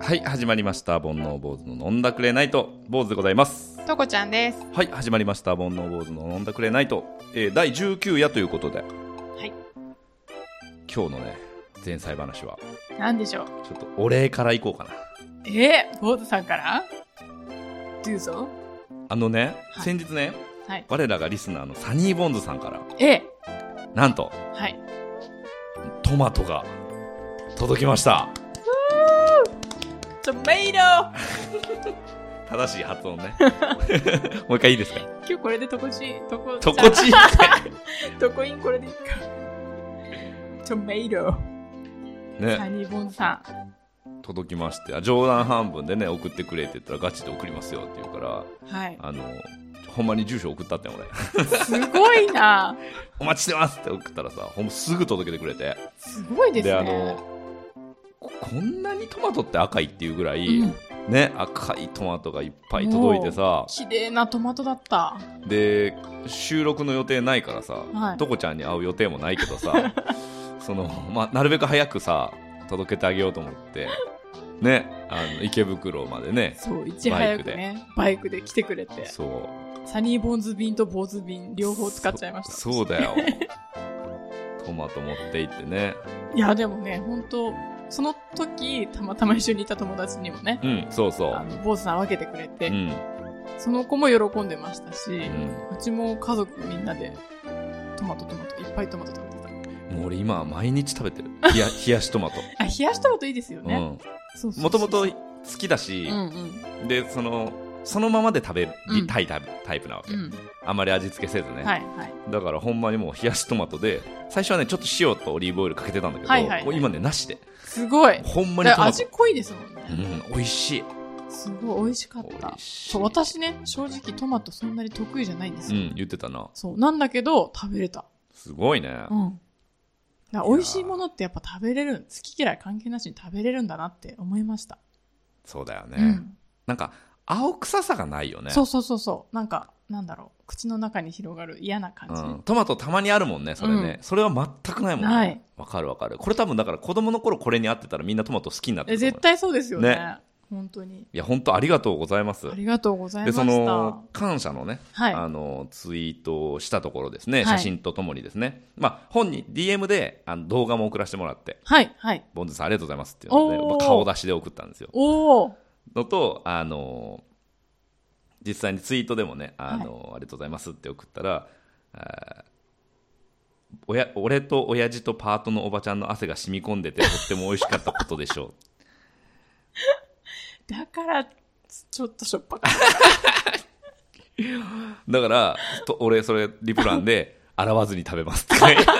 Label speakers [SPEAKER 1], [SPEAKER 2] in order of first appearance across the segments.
[SPEAKER 1] はい始まりました煩悩坊主の飲んだくれナイト坊主でございます
[SPEAKER 2] とこちゃんです。
[SPEAKER 1] はい始まりました煩悩坊主の飲んだくれナイト、えー、第19夜ということではい今日のね前菜話は
[SPEAKER 2] なんでしょう。
[SPEAKER 1] ちょっとお礼からいこうかな
[SPEAKER 2] えー、ボーズさんからどうぞ。
[SPEAKER 1] あのね、
[SPEAKER 2] はい
[SPEAKER 1] 先日ね
[SPEAKER 2] はい。
[SPEAKER 1] 我らがリスナーのサニーボンズさんから
[SPEAKER 2] え
[SPEAKER 1] なんと
[SPEAKER 2] ー、はい。
[SPEAKER 1] トマトが届きました
[SPEAKER 2] トメイロ今
[SPEAKER 1] 正しい発音 ねもう一回いいですか
[SPEAKER 2] 日これでとこち、とこ、
[SPEAKER 1] とこ ちん
[SPEAKER 2] とこインこれでいいか。トメイロサ
[SPEAKER 1] ね
[SPEAKER 2] ニーボンズさ
[SPEAKER 1] 届きましてあ冗談半分でね送ってくれって言ったらガチで送りますよって言うから
[SPEAKER 2] ん。はい。
[SPEAKER 1] あのほんまに住所送ったってん俺
[SPEAKER 2] すごいな。
[SPEAKER 1] お待ちしてますって送ったらさほんますぐ届けてくれて
[SPEAKER 2] すごいですね。
[SPEAKER 1] あのここんなにトマトって赤いっていうぐらい、
[SPEAKER 2] うん
[SPEAKER 1] ね赤いトマトがいっぱい届いてさ
[SPEAKER 2] 綺麗なトマトだった。
[SPEAKER 1] で収録の予定ないからさ、
[SPEAKER 2] はい
[SPEAKER 1] とこちゃんに会う予定もないけどさ その、まあ、なるべく早くさ届けてあげようと思ってねあの池袋までね
[SPEAKER 2] そう、いち早くね、バイクで来てくれて、
[SPEAKER 1] そう
[SPEAKER 2] サニーボンズ便とボーズ便両方使っちゃいました。
[SPEAKER 1] そそう だよトマト持って行ってね
[SPEAKER 2] いや、でもね、本当その時、たまたま一緒にいた友達にもね、
[SPEAKER 1] うんそうそ
[SPEAKER 2] あ
[SPEAKER 1] う
[SPEAKER 2] の、坊主さん分けてくれて、
[SPEAKER 1] うん、
[SPEAKER 2] その子も喜んでましたし、う
[SPEAKER 1] う
[SPEAKER 2] ちも家族みんなで、トマトトマト、いっぱいトマト食べてた。
[SPEAKER 1] ん、もう俺今は毎日食べ てる冷や冷やしトマト
[SPEAKER 2] あ、冷やしトマトいいですよね。そうそうそう
[SPEAKER 1] もともと好きだし
[SPEAKER 2] うん、うん。
[SPEAKER 1] でそのそのままで食べる、
[SPEAKER 2] うん
[SPEAKER 1] タイタイプタイプなわけ、
[SPEAKER 2] うん。
[SPEAKER 1] あまり味付けせずね、
[SPEAKER 2] はいはい。
[SPEAKER 1] だからほんまにもう冷やしトマトで最初はねちょっと塩とオリーブオイルかけてたんだけど、
[SPEAKER 2] はいはいはい
[SPEAKER 1] もう今ねなしです
[SPEAKER 2] ごい。
[SPEAKER 1] ほんまに
[SPEAKER 2] だ
[SPEAKER 1] ト
[SPEAKER 2] から
[SPEAKER 1] マト
[SPEAKER 2] 味、濃いですもんね。
[SPEAKER 1] うん、美味しい
[SPEAKER 2] すごい美味しかっ
[SPEAKER 1] 美
[SPEAKER 2] た
[SPEAKER 1] 味。しい
[SPEAKER 2] そう、私ね、正直トマトそんなに得意じゃないんです
[SPEAKER 1] う
[SPEAKER 2] よ。
[SPEAKER 1] ん言ってたな
[SPEAKER 2] そう、なんだけど、食べれた。
[SPEAKER 1] すごいね、
[SPEAKER 2] うん。だから美味しいものってやっぱ食べれる、好き嫌い関係なしに食べれるんだなって思いました。
[SPEAKER 1] そうだよね、
[SPEAKER 2] うん。
[SPEAKER 1] なんか青臭さがないよね
[SPEAKER 2] そうそうそうそう。なんか、なんだろう。口の中に広がる嫌な感じ。
[SPEAKER 1] うんトマトたまにあるもんねそれね、それは全くないもんね
[SPEAKER 2] ない
[SPEAKER 1] わかるわかるこれ多分だから子供の頃これに合ってたらみんなトマト好きになって
[SPEAKER 2] え
[SPEAKER 1] ると思う
[SPEAKER 2] 絶対そうですよね
[SPEAKER 1] ね
[SPEAKER 2] 本当に。
[SPEAKER 1] いや本当ありがとうございます
[SPEAKER 2] ありがとうございま
[SPEAKER 1] で
[SPEAKER 2] した。
[SPEAKER 1] その感謝のね、
[SPEAKER 2] はい
[SPEAKER 1] あのツイートをしたところですね
[SPEAKER 2] はい
[SPEAKER 1] 写真とともにですね、まあ、本に DM であの動画も送らせてもらって
[SPEAKER 2] はい、はい。
[SPEAKER 1] 「ボンズさんありがとうございます」っていうので、
[SPEAKER 2] おー
[SPEAKER 1] まあ顔出しで送ったんですよ
[SPEAKER 2] おお
[SPEAKER 1] のとあの実際にツイートでもね「あのありがとうございます」って送ったらあーおや俺と親父とパートのおばちゃんの汗が染み込んでてとっても美味しかったことでしょ
[SPEAKER 2] だから、ちょっとしょっぱかっ
[SPEAKER 1] う だからと俺それリプラン で「洗わずに食べます」って書いて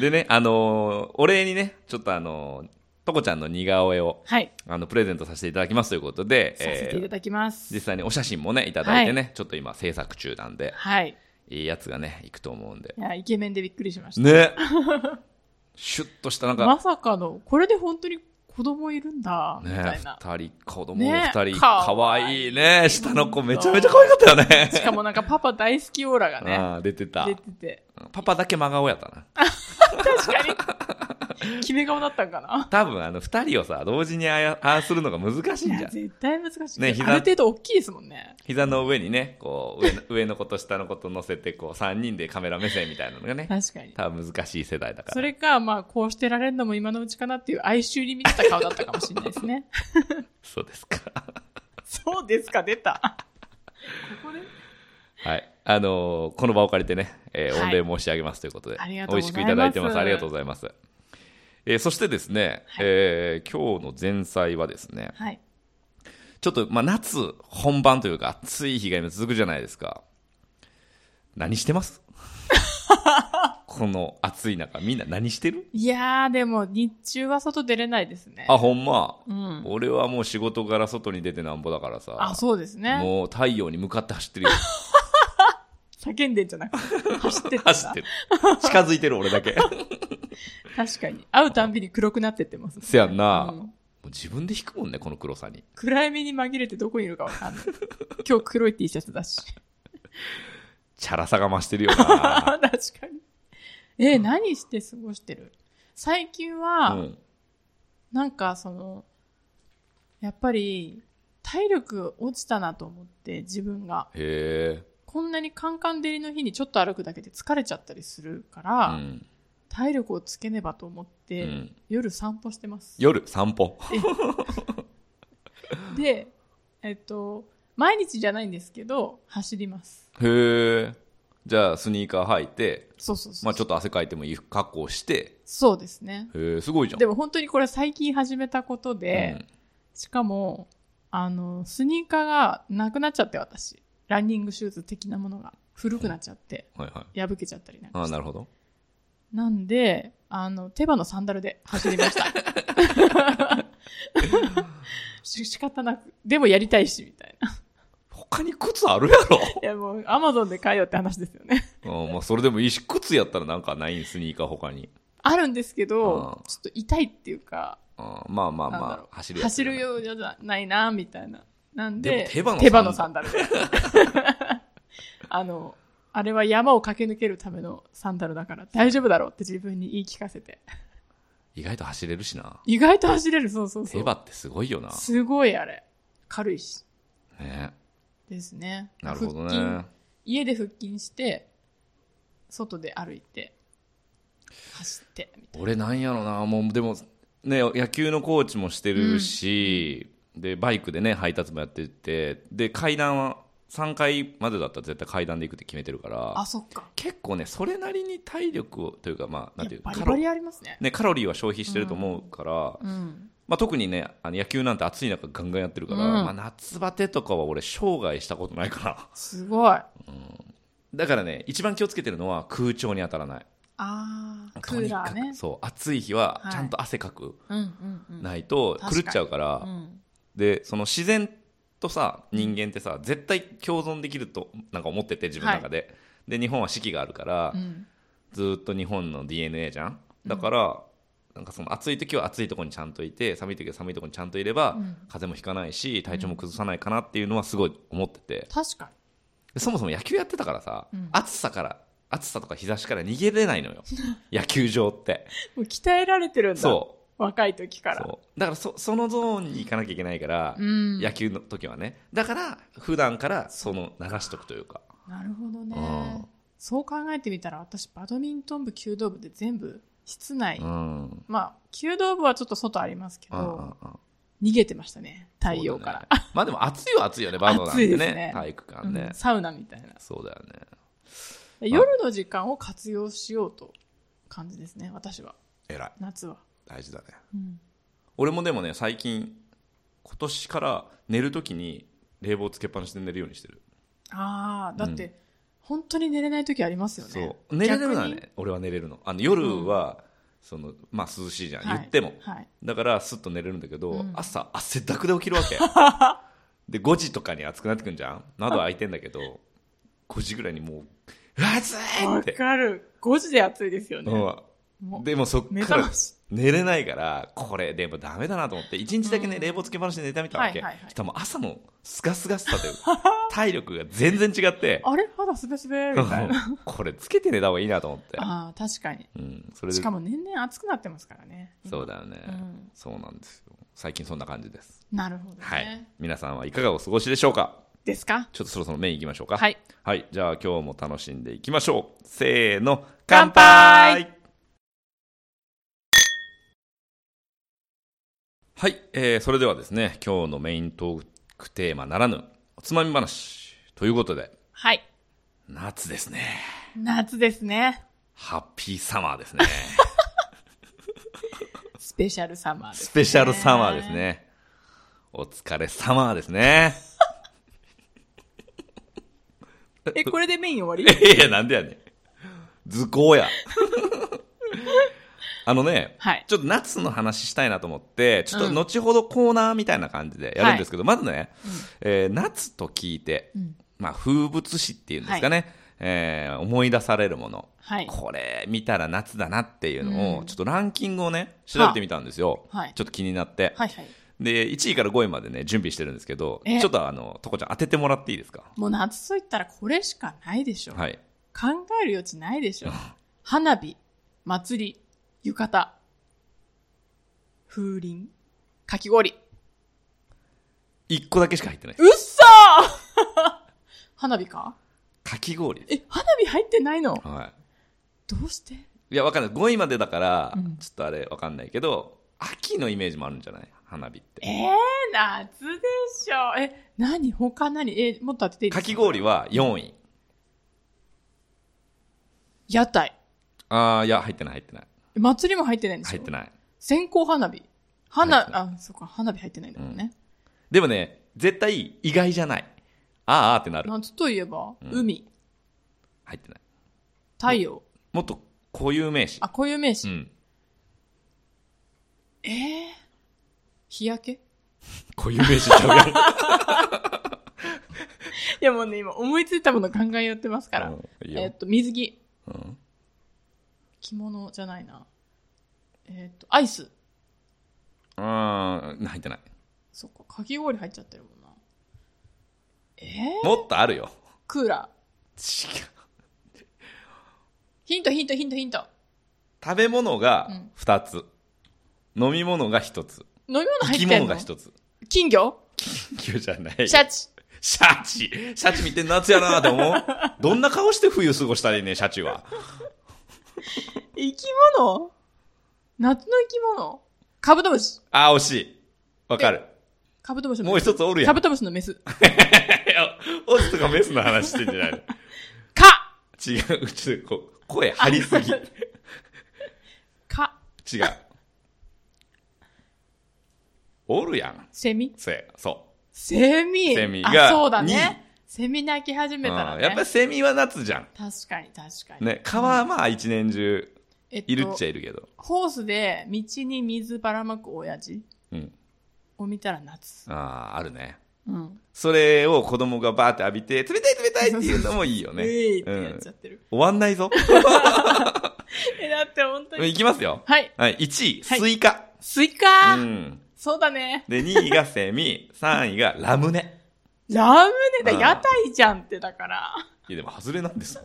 [SPEAKER 1] でねあのお礼にねちょっとあのとこちゃんの似顔絵を
[SPEAKER 2] た。 はい。
[SPEAKER 1] あのプレゼントさせていただきますということで
[SPEAKER 2] させていただきます。
[SPEAKER 1] 実際にお写真もねいただいてね、ちょっと今制作中なんで
[SPEAKER 2] はい。
[SPEAKER 1] いいやつがねいくと思うんで
[SPEAKER 2] いや、イケメンでびっくりしました。
[SPEAKER 1] ねシュッとしたなんか、
[SPEAKER 2] まさかの、これで本当に子供いるんだ、みた
[SPEAKER 1] ね
[SPEAKER 2] いな。
[SPEAKER 1] 二人子供
[SPEAKER 2] ね
[SPEAKER 1] 二人、
[SPEAKER 2] か
[SPEAKER 1] か
[SPEAKER 2] わ
[SPEAKER 1] わ
[SPEAKER 2] いい
[SPEAKER 1] いいね下の子めちゃめちゃ可愛かったよね
[SPEAKER 2] しかもなんかパパ大好きオーラがね、
[SPEAKER 1] ああ出てた
[SPEAKER 2] 出てて。
[SPEAKER 1] パパだけ真顔やったな
[SPEAKER 2] 確かに。決め顔だったんかな。
[SPEAKER 1] 多分あの二人をさ同時にあやああするのが難しい
[SPEAKER 2] い
[SPEAKER 1] んじ
[SPEAKER 2] や、
[SPEAKER 1] ゃん
[SPEAKER 2] 絶対難しい。
[SPEAKER 1] ね
[SPEAKER 2] あ
[SPEAKER 1] 膝
[SPEAKER 2] る程度大きいですもんね。
[SPEAKER 1] 膝の上にねこう上の上の子と下の子と乗せてこう三人でカメラ目線みたいなのがね
[SPEAKER 2] 確かに。
[SPEAKER 1] 多分難しい世代だから
[SPEAKER 2] それか、まあ、こうしてられるのも今のうちかなっていう哀愁に見てた顔だったかもしれないですね。
[SPEAKER 1] そうですか
[SPEAKER 2] そうですか、出た。ここで
[SPEAKER 1] はい。あのーこの場を借りてね、えー
[SPEAKER 2] はい
[SPEAKER 1] 御礼申し上げますということで、
[SPEAKER 2] ありがとう
[SPEAKER 1] 美
[SPEAKER 2] ご
[SPEAKER 1] 味
[SPEAKER 2] ざ
[SPEAKER 1] し
[SPEAKER 2] いま
[SPEAKER 1] くい
[SPEAKER 2] す
[SPEAKER 1] ただいてます。ありがとうございます。えーそしてですね、
[SPEAKER 2] はい
[SPEAKER 1] えー今日の前菜はですね、
[SPEAKER 2] はい。
[SPEAKER 1] ちょっと、まあ、夏本番というか、暑い日が今続くじゃないですか。何してます この暑い中、みんな何してる
[SPEAKER 2] いやー、でも、日中は外出れないですね。
[SPEAKER 1] あ、ほんま。
[SPEAKER 2] うん。
[SPEAKER 1] 俺はもう仕事から外に出てなんぼだからさ。
[SPEAKER 2] あ、そうですね。
[SPEAKER 1] もう太陽に向かって走ってるよ。
[SPEAKER 2] 叫んでんじゃなくて、走ってた。
[SPEAKER 1] 走ってる。近づいてる俺だけ。
[SPEAKER 2] 確かに。会うたんびに黒くなってってます。
[SPEAKER 1] せやんな。
[SPEAKER 2] う
[SPEAKER 1] も
[SPEAKER 2] ん
[SPEAKER 1] う自分で引くもんね、この黒さに。
[SPEAKER 2] 暗闇に紛れてどこにいるかわかんない。今日黒い T シャツだし。
[SPEAKER 1] チャラさが増してるよな。
[SPEAKER 2] 確かに。えー何して過ごしてる最近は、
[SPEAKER 1] うん
[SPEAKER 2] なんかその、やっぱり体力落ちたなと思って自分が。
[SPEAKER 1] へえ。
[SPEAKER 2] こんなにカンカン照りの日にちょっと歩くだけで疲れちゃったりするか
[SPEAKER 1] う
[SPEAKER 2] ら、
[SPEAKER 1] ん。
[SPEAKER 2] 体力をつけねばと思っ
[SPEAKER 1] う
[SPEAKER 2] て、
[SPEAKER 1] ん、
[SPEAKER 2] 夜散歩してます。
[SPEAKER 1] 夜散歩。
[SPEAKER 2] で、えっと、毎日じゃないんですけど、走ります。
[SPEAKER 1] へえ。じゃあスニーカー履いて、
[SPEAKER 2] そうそうそう。
[SPEAKER 1] まあちょっと汗かいてもいい格好をして、
[SPEAKER 2] そうですね。
[SPEAKER 1] へえ、すごいじゃん。
[SPEAKER 2] で
[SPEAKER 1] も、
[SPEAKER 2] も本当にこれ最近始めたことで、しかも、あの、スニーカーがなくなっちゃって私。ランニングシューズ的なものが古くなっちゃって、
[SPEAKER 1] うん、はいはい。
[SPEAKER 2] 破けちゃったりなん
[SPEAKER 1] あ
[SPEAKER 2] か
[SPEAKER 1] あ、
[SPEAKER 2] して
[SPEAKER 1] なるほど。
[SPEAKER 2] なんで、あの、手羽のサンダルで走りま した。し仕方なく。でもやりたいし、みたい な。
[SPEAKER 1] 他に靴あるやろ
[SPEAKER 2] いやもう、アマゾンで買えよって話ですよね。
[SPEAKER 1] うん、まあそれでもいいし、靴やったらなんかないん、スニーカー他に。
[SPEAKER 2] あるんですけど
[SPEAKER 1] うん、
[SPEAKER 2] ちょっと痛いっていうか、
[SPEAKER 1] うん、まあまあ
[SPEAKER 2] なん
[SPEAKER 1] ま
[SPEAKER 2] だろう
[SPEAKER 1] あ、走るやつ
[SPEAKER 2] 走るようじゃないな、みたいな。なんで、
[SPEAKER 1] でも手羽の
[SPEAKER 2] 手羽のサンダルで。 あの、あれは山を駆け抜けるためのサンダルだから大丈夫だろうって自分に言い聞かせて。
[SPEAKER 1] 意外と走れるしな。
[SPEAKER 2] 意外と走れる、そうそうそ
[SPEAKER 1] 手
[SPEAKER 2] う。
[SPEAKER 1] 羽ってすごいよな。
[SPEAKER 2] すごいあれ。軽いし。
[SPEAKER 1] ね。
[SPEAKER 2] ですね。
[SPEAKER 1] なるほど
[SPEAKER 2] 腹筋
[SPEAKER 1] ね。
[SPEAKER 2] 家で腹筋して、外で歩いて、走って、みたい
[SPEAKER 1] 俺なんやろな、もうでも、ね、野球のコーチもしてるし、で、バイクでね、配達もやってて、で、階段は3階までだったら絶対階段で行くって決めてるか
[SPEAKER 2] な。あ、
[SPEAKER 1] ら、
[SPEAKER 2] そっか。
[SPEAKER 1] 結構ね、それなりに体力を、というかまあ、なんていう
[SPEAKER 2] バ
[SPEAKER 1] か、
[SPEAKER 2] リ
[SPEAKER 1] カ
[SPEAKER 2] バ
[SPEAKER 1] ロ
[SPEAKER 2] リありますね。
[SPEAKER 1] ね、カロリーは消費してると思うから、
[SPEAKER 2] うん。
[SPEAKER 1] まあ、特にねあの野球なんて暑い中ガンガンやってるから、
[SPEAKER 2] うん
[SPEAKER 1] まあ、夏バテとかは俺生涯したことないから
[SPEAKER 2] すごい。あ
[SPEAKER 1] だからね一番気をつけてるのは空調に当たらない
[SPEAKER 2] あー、クーラー
[SPEAKER 1] とにか
[SPEAKER 2] ね
[SPEAKER 1] く。そう暑い日は
[SPEAKER 2] はい
[SPEAKER 1] ちゃんと汗かく
[SPEAKER 2] うんうんうん。
[SPEAKER 1] ないと
[SPEAKER 2] 確か
[SPEAKER 1] 狂
[SPEAKER 2] に
[SPEAKER 1] っちゃうから、
[SPEAKER 2] うん
[SPEAKER 1] でその自然とさ人間ってさ絶対共存できるとなんか思ってて自分の中で、で日本は四季があるから、
[SPEAKER 2] うん
[SPEAKER 1] ずーっと日本の DNA じゃんだから、なんかその暑い時は暑いところにちゃんといて寒い時は寒いところにちゃんといれば、
[SPEAKER 2] うん
[SPEAKER 1] 風邪もひかないし体調も崩さないかなっていうのはすごい思ってて
[SPEAKER 2] 確か
[SPEAKER 1] でそもそも野球やってたからさ、
[SPEAKER 2] うん
[SPEAKER 1] 暑さから暑さとか日差しから逃げれないの よ野球場って
[SPEAKER 2] に。もう鍛えられてるんだ。
[SPEAKER 1] そう
[SPEAKER 2] 若い時から。
[SPEAKER 1] そうだからそそのゾーンに行かなきゃいけないから、
[SPEAKER 2] うん
[SPEAKER 1] 野球の時はねだから普段からその流しとくというか
[SPEAKER 2] なるほど
[SPEAKER 1] うん
[SPEAKER 2] ね。そう考えてみたら、私、バドミントン部、弓道部で全部、室内
[SPEAKER 1] う。ん
[SPEAKER 2] まあ、弓道部はちょっと外ありますけ
[SPEAKER 1] うんうんうん
[SPEAKER 2] ど、逃げてましたね。太陽
[SPEAKER 1] そう
[SPEAKER 2] か
[SPEAKER 1] だ
[SPEAKER 2] ら
[SPEAKER 1] ね。まあでも暑いは暑いよねバドなんて
[SPEAKER 2] 暑
[SPEAKER 1] ね
[SPEAKER 2] いですね
[SPEAKER 1] 体育館ね、
[SPEAKER 2] うんサウナみたいな。
[SPEAKER 1] そうだよね
[SPEAKER 2] 夜の時間を活用しようと感じですね、私は。
[SPEAKER 1] 偉い
[SPEAKER 2] 夏は。
[SPEAKER 1] 大事だね
[SPEAKER 2] うん、
[SPEAKER 1] 俺もでもね最近今年から寝るときに冷房つけっぱなしで寝るようにしてる、
[SPEAKER 2] ああ、だって、
[SPEAKER 1] うん
[SPEAKER 2] 本当に寝れない時ありますよね。
[SPEAKER 1] そう寝れるのは
[SPEAKER 2] 逆に
[SPEAKER 1] ね俺は寝れるのあの夜は、そのまあ涼しいじゃん、
[SPEAKER 2] はい
[SPEAKER 1] 言っても、
[SPEAKER 2] はい。
[SPEAKER 1] だからスッと寝れるんだけど、
[SPEAKER 2] うん
[SPEAKER 1] 朝汗だくで起きるわ けで5時とかに暑くなってくんじゃん窓開いてんだけど5時ぐらいにもう「暑い!」
[SPEAKER 2] わ
[SPEAKER 1] って、
[SPEAKER 2] かる。5時で暑いですよね。
[SPEAKER 1] う
[SPEAKER 2] も
[SPEAKER 1] ん、
[SPEAKER 2] う
[SPEAKER 1] でもそっ
[SPEAKER 2] 目
[SPEAKER 1] か
[SPEAKER 2] 覚
[SPEAKER 1] ら
[SPEAKER 2] まし。
[SPEAKER 1] 寝れないからこれでもダメだなと思って一日だけね、冷房つけっぱなしで寝たみたいなわけ、
[SPEAKER 2] はいはいはい
[SPEAKER 1] しかも朝のすがすがしさ というか体力が全然違って
[SPEAKER 2] あれ肌すべすべみたいな。
[SPEAKER 1] これつけて寝た方がいいなと思って、
[SPEAKER 2] ああ、確かに。
[SPEAKER 1] うん、それで
[SPEAKER 2] しかも年々暑くなってますからね。
[SPEAKER 1] そうだよね、
[SPEAKER 2] うん
[SPEAKER 1] そうなんですよ最近そんな感じです、
[SPEAKER 2] なるほどね。
[SPEAKER 1] はい皆さんはいかがお過ごしでしょうか
[SPEAKER 2] ですか
[SPEAKER 1] ちょっとそろそろメインいきましょうか
[SPEAKER 2] はい、
[SPEAKER 1] はい、じゃあ今日も楽しんでいきましょうせーの
[SPEAKER 2] 乾杯
[SPEAKER 1] はい、えーそれではですね今日のメイントークテーマならぬおつまみ話ということで
[SPEAKER 2] はい。
[SPEAKER 1] 夏ですね
[SPEAKER 2] 夏ですね。
[SPEAKER 1] ハッピーサマー ですね
[SPEAKER 2] スペシャルサマーです、ね。
[SPEAKER 1] スペシャルサマーです。ねお疲れサマーですね
[SPEAKER 2] え、これでメイン終わり
[SPEAKER 1] いやなんでやねん図工 やあのね
[SPEAKER 2] はい。
[SPEAKER 1] ちょっと夏の話したいなと思って、ちょっと後ほどコーナーみたいな感じでやるんですけど、まずね、えー夏と聞いて、まあ、風物詩っていうんですかね、えー思い出されるもの、
[SPEAKER 2] はい。
[SPEAKER 1] これ見たら夏だなっていうのを、
[SPEAKER 2] うん
[SPEAKER 1] ちょっとランキングをね、調べてみたんですよ。
[SPEAKER 2] はい
[SPEAKER 1] ちょっと気になって、
[SPEAKER 2] はいはい。
[SPEAKER 1] で、1位から5位までね、準備してるんですけど、
[SPEAKER 2] え
[SPEAKER 1] ちょっとあの、とこちゃん当ててもらっていいですか
[SPEAKER 2] もう夏と言ったらこれしかないでしょ。
[SPEAKER 1] はい。
[SPEAKER 2] 考える余地ないでしょ。花火、祭り、浴衣。風鈴、かき氷。
[SPEAKER 1] 一個だけしか入ってないう
[SPEAKER 2] っそー 花火か
[SPEAKER 1] かき氷です
[SPEAKER 2] え、花火入ってないの
[SPEAKER 1] は
[SPEAKER 2] どうして
[SPEAKER 1] いいやわかんない5位までだから、
[SPEAKER 2] うん
[SPEAKER 1] ちょっとあれわかんないけど秋のイメージもあるんじゃない花火って
[SPEAKER 2] えー、夏でしょ。え、何他何え、もっと当てていいで
[SPEAKER 1] か
[SPEAKER 2] す
[SPEAKER 1] き氷は4位
[SPEAKER 2] 屋台。
[SPEAKER 1] ああいや入ってない入ってない
[SPEAKER 2] 祭りも入ってないんでしょ
[SPEAKER 1] 入ってない
[SPEAKER 2] 線香花火。花、
[SPEAKER 1] 入ってな
[SPEAKER 2] あ、そうか、花火入ってないんだもんね。
[SPEAKER 1] でもね絶対意外じゃないあーあーってなる
[SPEAKER 2] 夏といえば、
[SPEAKER 1] うん
[SPEAKER 2] 海、
[SPEAKER 1] 入ってない
[SPEAKER 2] 太陽。
[SPEAKER 1] もっと固有名詞
[SPEAKER 2] あ、固有名詞。
[SPEAKER 1] うん
[SPEAKER 2] えー、日焼け
[SPEAKER 1] 固有名詞ちゃう やん
[SPEAKER 2] いやもうね、今思いついたもの考えやってますから。
[SPEAKER 1] うんいいよ
[SPEAKER 2] えっと、水着。
[SPEAKER 1] うん
[SPEAKER 2] 着物じゃないな。えっと、アイス。
[SPEAKER 1] あー入ってない
[SPEAKER 2] そっか、かき氷入っちゃってるもんな。えー、
[SPEAKER 1] もっとあるよ
[SPEAKER 2] クーラー。
[SPEAKER 1] 違う
[SPEAKER 2] ヒントヒントヒントヒント。
[SPEAKER 1] 食べ物が
[SPEAKER 2] うん
[SPEAKER 1] 2つ、飲み物が1つ
[SPEAKER 2] 飲み物
[SPEAKER 1] 生
[SPEAKER 2] 入
[SPEAKER 1] き
[SPEAKER 2] ってん
[SPEAKER 1] 物
[SPEAKER 2] の
[SPEAKER 1] が1つ
[SPEAKER 2] 金魚
[SPEAKER 1] 急じゃない
[SPEAKER 2] シャチ。
[SPEAKER 1] シャチシャチ見て夏やなって思うどんな顔して冬過ごしたらいいねシャチは
[SPEAKER 2] 生き物夏の生き物カブトムシ。
[SPEAKER 1] あー惜しいわかる
[SPEAKER 2] カブトムシの
[SPEAKER 1] もう
[SPEAKER 2] メス。
[SPEAKER 1] 一つおるや
[SPEAKER 2] カ
[SPEAKER 1] ん
[SPEAKER 2] ブトムシのメス。
[SPEAKER 1] いやオスとかメスの話してんじゃないの
[SPEAKER 2] か
[SPEAKER 1] 違う、ちょっとこう、声張り すぎ。違う。
[SPEAKER 2] か。
[SPEAKER 1] おるやん。
[SPEAKER 2] セミ
[SPEAKER 1] せ、そ
[SPEAKER 2] セミ
[SPEAKER 1] セミが
[SPEAKER 2] あ、そうだ
[SPEAKER 1] に
[SPEAKER 2] ね。セミ鳴き始
[SPEAKER 1] う。う
[SPEAKER 2] め
[SPEAKER 1] ん
[SPEAKER 2] たらね。
[SPEAKER 1] やっぱりセミは夏じゃん。
[SPEAKER 2] 確かに確かに。
[SPEAKER 1] ね、蚊はまあ一年中
[SPEAKER 2] えっと
[SPEAKER 1] いるっちゃいるけど。
[SPEAKER 2] ホースで道に水ばらまく親父
[SPEAKER 1] うん。
[SPEAKER 2] を見たら夏。
[SPEAKER 1] ああ、あるね。
[SPEAKER 2] うん。
[SPEAKER 1] それを子供がバーって浴びて、冷たい冷たいっていうのもいいよ
[SPEAKER 2] ね、
[SPEAKER 1] ね。
[SPEAKER 2] うえいって
[SPEAKER 1] う
[SPEAKER 2] やっ
[SPEAKER 1] ん
[SPEAKER 2] ちゃってる。
[SPEAKER 1] 終わんない ぞ。
[SPEAKER 2] え、だって本当
[SPEAKER 1] い
[SPEAKER 2] に。
[SPEAKER 1] きますよ。
[SPEAKER 2] はい。
[SPEAKER 1] はい、1位、
[SPEAKER 2] はい
[SPEAKER 1] スイカ。
[SPEAKER 2] スイカ、
[SPEAKER 1] うん。
[SPEAKER 2] そうだね。
[SPEAKER 1] で、2位がセミ、3位が ラムネ。
[SPEAKER 2] ラムネ
[SPEAKER 1] うん
[SPEAKER 2] だ、屋台じゃんってだから。
[SPEAKER 1] いや、でも外れなんですよ。